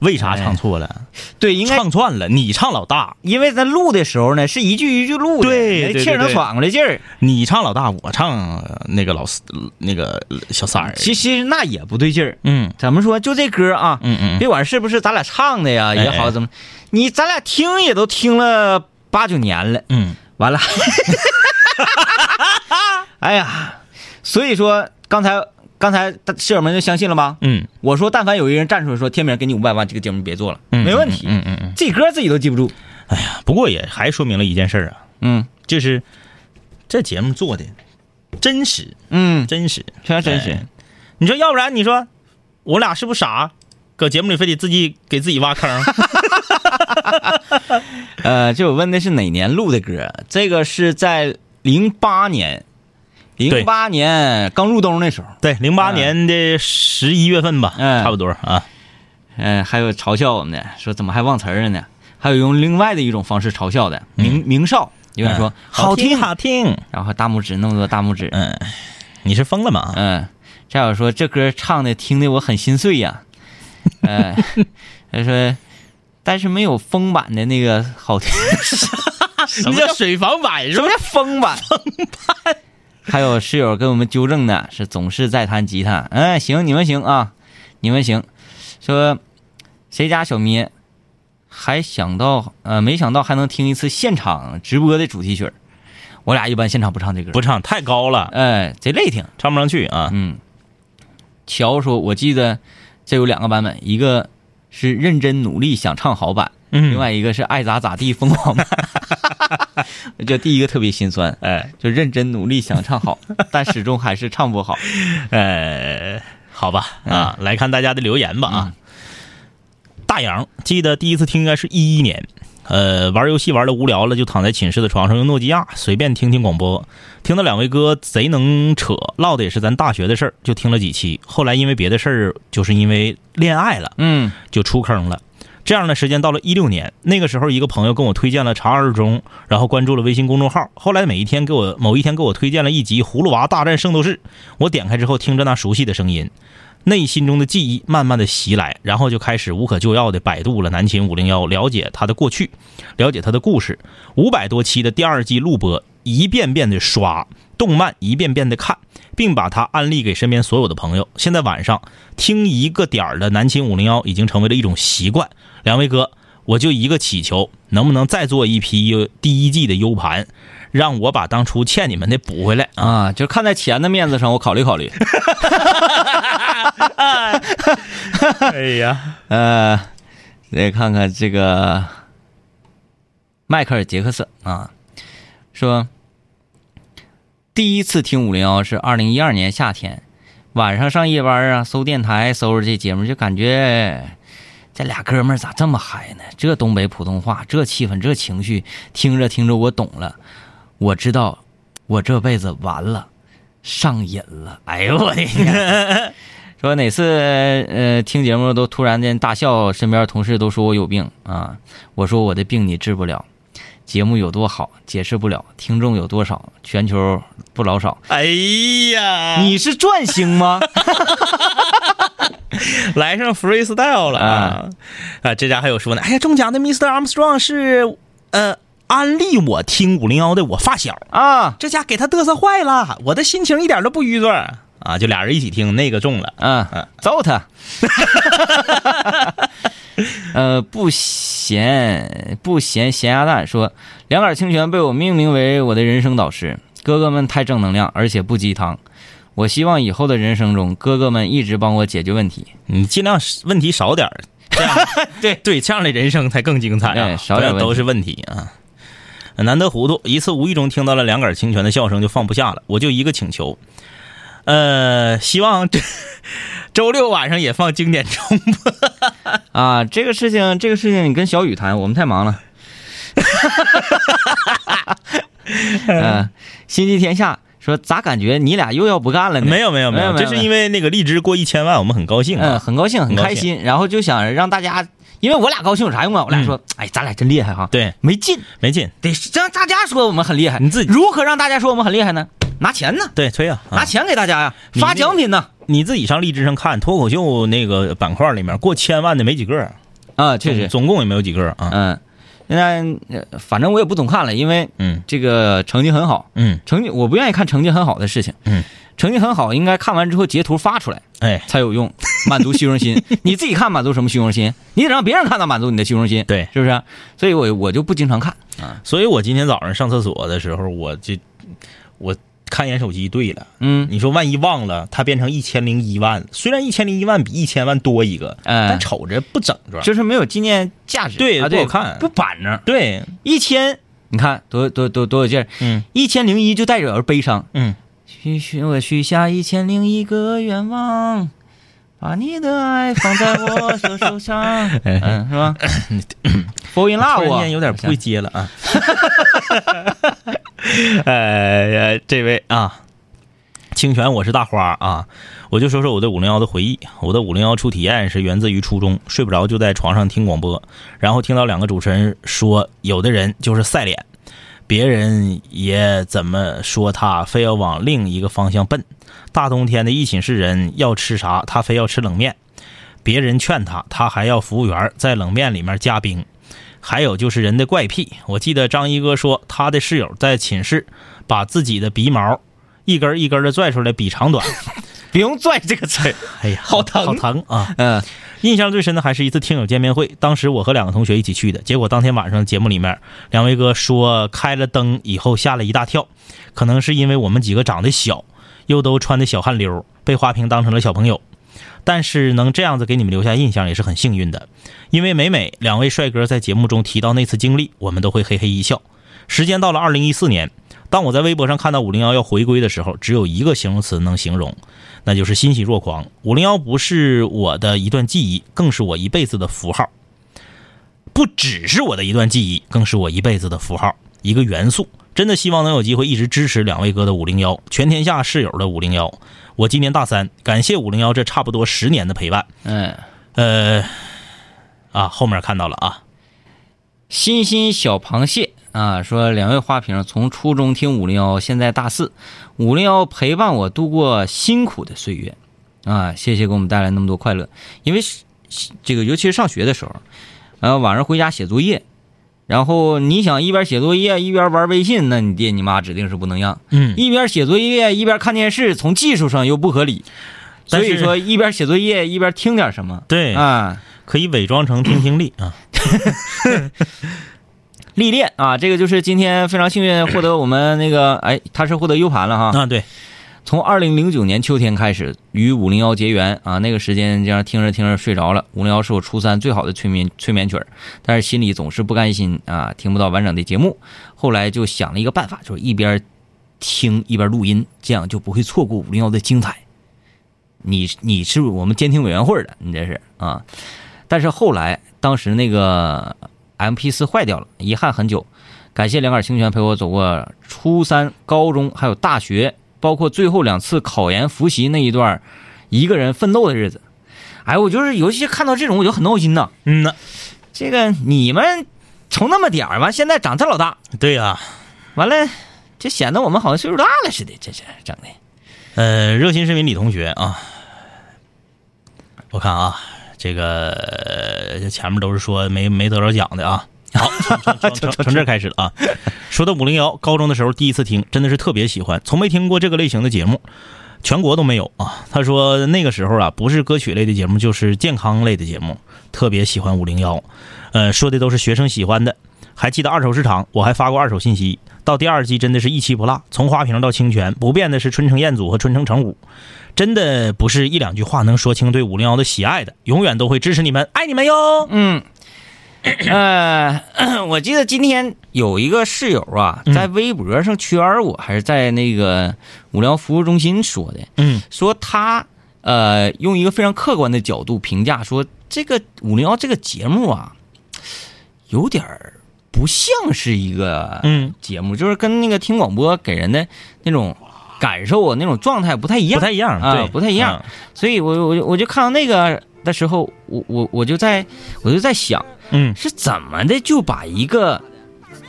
为啥唱错了？
对，应该
唱串了，你唱老大，
因为咱录的时候呢，是一句一句录的，
对
那
对
气儿
对
能
对
喘过来劲儿。
你唱老大，我唱呃那个老四，那个呃小三儿。
其其实那也不对劲儿。
嗯
怎么说？就这歌啊，
嗯嗯嗯
别管是不是咱俩唱的呀也
哎
好，
哎
怎么，你咱俩听也都听了八九年了，
嗯，
完 了，哎呀，所以说刚才刚才大室友们就相信了吧？
嗯，
我说但凡有一个人站出来说天明给你五百万，这个节目别做了，
嗯
没问题，
嗯嗯嗯嗯
这歌自己都记不住，
不过也还说明了一件事儿啊，
嗯
就是这节目做的真实，
嗯，
真实，
非常真实
哎。你说要不然你说我俩是不是傻？搁节目里非得自己给自己挖坑？
呃，这我问的是哪年录的歌？这个是在零八年，零八年刚入冬那时候。
对，零八年的十一月份吧，
嗯
差不多啊。
嗯，还有嘲笑我们的，说怎么还忘词儿了呢？还有用另外的一种方式嘲笑的，明明少有人说
嗯好
嗯哎听，啊
好听，
然后大拇指那么多大拇指，
嗯，你是疯了吗？
嗯，再有说这歌唱的听得我很心 碎呀，嗯，他说但是没有封版的那个好听，
什么叫水房版是
什么？叫封版？封版。还有室友跟我们纠正的是总是在弹吉他，嗯，行，你们行啊，你们行。说谁家小咩还想到呃，没想到还能听一次现场直播的主题曲儿我俩一般现场不唱这歌，
不，唱太高了，
哎，贼累听。
唱不上去啊。
嗯，乔说，我记得这有两个版本，一个是认真努力想唱好版，
嗯
另外一个是爱咋咋地疯 狂版。我觉得第一个特别心酸，
哎
就认真努力想唱好，但始终还是唱不好。
哎，好吧啊，来看大家的留言吧啊。大洋记得第一次听应该是一一年，呃，玩游戏玩的无聊了，就躺在寝室的床上用诺基亚随便听听广播，听到两位哥贼能扯，唠的也是咱大学的事儿，就听了几期。后来因为别的事儿，就是因为恋爱了，
嗯
就出坑了。这样的时间到了一六年，那个时候一个朋友跟我推荐了《长二中》，然后关注了微信公众号。后来每一天给我某一天给我推荐了一集《葫芦娃大战圣斗士》，我点开之后听着那熟悉的声音，内心中的记忆慢慢的袭来，然后就开始无可救药的百度了南秦五零幺，了解他的过去，了解他的故事。五百多期的第二季录播，一遍遍的刷，动漫一遍遍的看，并把它安利给身边所有的朋友。现在晚上听一个点儿的南秦五零幺已经成为了一种习惯。两位哥，我就一个祈求，能不能再做一批第一季的 U 盘，让我把当初欠你们的补回来啊！
啊，就看在钱的面子上，我考虑考虑。
哎呀，
呃，来看看这个迈克尔·杰克逊啊，说第一次听五零幺是二零一二年夏天，晚上上夜班啊，搜电台搜着这节目，就感觉这俩哥们儿咋这么嗨呢？这东北普通话，这气氛，这情绪，听着听着我懂了，我知道我这辈子完了，上瘾了。哎呦我的天！ 说哪次呃听节目都突然间大笑，身边同事都说我有病啊，我说我的病你治不了，节目有多好解释不了，听众有多少，全球不老少，
哎呀，
你是转星吗？
来上 freestyle 了啊！啊，这家还有说呢，哎呀，中奖的 Mr. Armstrong 是呃安利我听五零幺的我发小，
啊
这家给他嘚瑟坏了，我的心情一点都不愉快啊！就俩人一起听，那个中了，
啊，揍他！呃，不咸不咸咸鸭蛋说，两杆清泉被我命名为我的人生导师，哥哥们太正能量，而且不鸡汤。我希望以后的人生中，哥哥们一直帮我解决问题。
你尽量问题少点儿，这 样对对，这样的人生才更精彩啊！
对少点
不然都是问题啊。难得糊涂，一次无意中听到了两杆清泉的笑声，就放不下了。我就一个请求，呃，希望这 周六晚上也放经典重播。
啊，这个事情，这个事情你跟小雨谈，我们太忙了。 嗯、心系天下说咋感觉你俩又要不干了 呢？
没有没有
没
没有，这是因
为
为那个荔枝过一千万，我们很高兴
嗯
啊。
很高兴很
很高
开心，然后就想让大家，因为我俩高兴有啥用啊？我俩说，哎，咱俩真厉害哈，
嗯对，
没劲，
没劲，
得让大家说我们很厉害。
你自己
如何让大家说我们很厉害呢？拿钱呢，
对，吹啊，
拿钱给大家呀，
你
发
这个
奖品呢。
你自己上荔枝上看脱口秀那个板块里面过千万的没几个，
啊，确
总
实，
总共也没有几个啊。
嗯，那呃反正我也不总看了，因为
嗯
这个成绩很好，
嗯，
成绩我不愿意看成绩很好的事情。
嗯，
成绩很好应该看完之后截图发出来
哎，
才有用，满足虚荣 心。你自己看满足什么虚荣心？你得让别人看到满足你的虚荣心，
对
是不是？所以我我就不经常看。
所以我今天早上上厕所的时候，我就我看一眼手机，对了，
嗯，
你说万一忘了，它变成一千零一万，虽然一千零一万比一千万多一个，
哎
但瞅着不整装。
就是没有纪念价值，
对
啊、
不
对
好看
不板正。
对，
一千，你看多多多多有劲儿，
嗯
一千零一就带着有人悲伤。
嗯，
许许我许下一千零一个愿望，把你的爱放在我手 手上，嗯，是吧？Fall in
哎突
love，
然间有点不会接了啊。 哎呀，这位啊，清泉，我是大花啊，我就说说我对五零幺的回忆。我的五零幺初体验是源自于初中，睡不着就在床上听广播，然后听到两个主持人说，有的人就是赛脸，别人也怎么说他，非要往另一个方向奔。大冬天的一寝室人要吃啥，他非要吃冷面。别人劝他，他还要服务员在冷面里面加冰。还有就是人的怪癖。我记得张一哥说，他的室友在寝室把自己的鼻毛一根一根的拽出来比长短。
不用拽这个词儿。
哎呀，
好疼
好疼啊！
嗯
印象最深的还是一次听友见面会，当时我和两个同学一起去的，结果当天晚上节目里面，两位哥说开了灯以后吓了一大跳，可能是因为我们几个长得小，又都穿的小汗溜，被花瓶当成了小朋友。但是能这样子给你们留下印象也是很幸运的，因为每每两位帅哥在节目中提到那次经历，我们都会嘿嘿一笑。时间到了二零一四年，当我在微博上看到五零幺要回归的时候，只有一个形容词能形容，那就是欣喜若狂。五零幺不是我的一段记忆，更是我一辈子的符号。不只是我的一段记忆，更是我一辈子的符号，一个元素。真的希望能有机会一直支持两位哥的五零幺，全天下室友的五零幺。我今年大三，感谢五零幺这差不多十年的陪伴。
嗯，
呃，啊，后面看到了啊，
欣欣小螃蟹啊，说两位花瓶从初中听五零幺，现在大四，五零幺陪伴我度过辛苦的岁月啊，谢谢给我们带来那么多快乐。因为是是这个，尤其是上学的时候，呃，晚上回家写作业，然后你想一边写作业一边玩微信，那你爹你妈指定是不能让；
嗯，
一边写作业一边看电视，从技术上又不合理。所
但是
以说，一边写作业一边听点什么，
对
啊，
可以伪装成听听力啊，
历练啊，这个就是今天非常幸运获得我们那个，哎，他是获得 U 盘了哈。
啊，对，
从二零零九年秋天开始与五零幺结缘啊，那个时间这样听着听着睡着了。五零幺是我初三最好的催眠催眠曲儿，但是心里总是不甘心啊，听不到完整的节目。后来就想了一个办法，就是一边听一边录音，这样就不会错过五零幺的精彩。你你是我们监听委员会的，你这是啊。但是后来当时那个 M P 四坏掉了，遗憾很久。感谢两杆清泉陪我走过初三、高中，还有大学，包括最后两次考研复习那一段儿一个人奋斗的日子。哎，我就是尤其看到这种，我就很闹心呐。
嗯呐，
这个你们从那么点儿完，现在长这老大，
对啊呀、
完了就显得我们好像岁数大了似的，这是整的。
呃，热心市民李同学啊，我看啊，这个呃前面都是说没没得着奖的啊。 好，从从从从从这儿开始了啊。说到五零幺，高中的时候第一次听，真的是特别喜欢，从没听过这个类型的节目，全国都没有啊。他说那个时候啊，不是歌曲类的节目，就是健康类的节目，特别喜欢五零幺。呃，说的都是学生喜欢的，还记得二手市场，我还发过二手信息。到第二季真的是一期不落，从花瓶到清泉，不变的是春城彦祖和春城成武，真的不是一两句话能说清对五零幺的喜爱的，永远都会支持你们，爱你们哟。
嗯，呃， 我记得今天有一个室友啊，在微博上圈我，还是在那个无聊服务中心说的，
嗯
说他呃用一个非常客观的角度评价说这个五零幺这个节目啊，有点儿不像是一个
嗯，
节目，就是跟那个听广播给人的那种感受啊那种状态不太一样，
不太一样，
啊
对，
不太一样。所以我我就我就看到那个的时候，我我我就在我就在想，
嗯，
是怎么的就把一个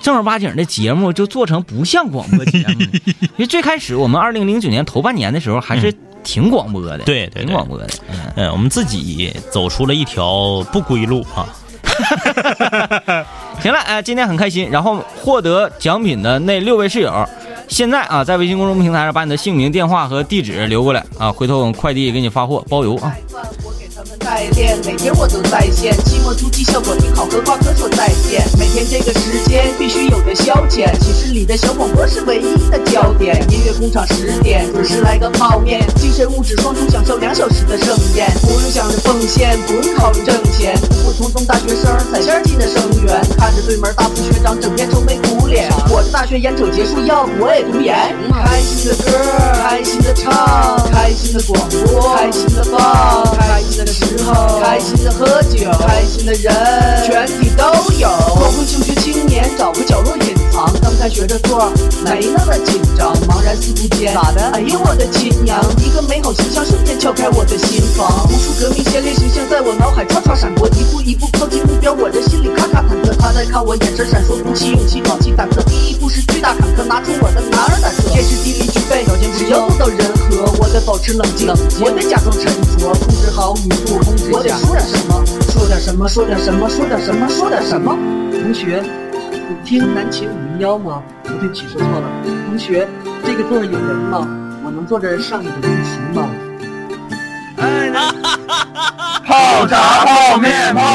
正儿八经的节目就做成不像广播节 目呢？因为最开始我们二零零九年头半年的时候还是挺广播的，
嗯对对对
挺广播的。嗯，
嗯，呃我们自己走出了一条不归路啊。
行了，哎、今天很开心。然后获得奖品的那六位室友，现在啊，在微信公众平台上把你的姓名、电话和地址留过来啊，回头我们快递给你发货，包邮啊。
我给他们带电，每天我都在线，期末突击效果挺好，和瓜哥说再见。每天这个时间必须有个消遣，寝室里的小广播是唯一的焦点。音乐工厂十点准时来个泡面，精神物质双重享受两小时的盛宴，不用想着奉献，不用考虑挣钱，普普通通大学生在线进的生源，看着对门大四学长整天愁眉苦脸，我的大学眼瞅结束，要不我也读研。开心的歌，开心的唱，开心的广播，开心的放，开心的时候，开心的喝酒，开心的人，全体都有。光辉求学青年，找个角落隐藏，刚才学着做，没那么紧张，茫然四顾间，咋的？哎呦我的亲娘！一个美好形象瞬间敲开我的心房，无数革命先烈形象在我脑海唰唰闪过，一步一步靠近目标，我的心里咔咔忐忑，他在看我眼神闪烁，鼓起勇气，壮起胆子，第一步是巨大坎坷，拿出我的男儿胆色，天时地利具备，条件只要做到人和，我得保持冷静，我得假装沉着，控制好语速，我得说点什么，说点什么，说点什么，说点什么，说点什么。同学，你听南琴五零幺吗？不对不起，说错了。同学，这个座儿有人吗？我能坐这儿上你的自习吗？
泡茶、泡面、泡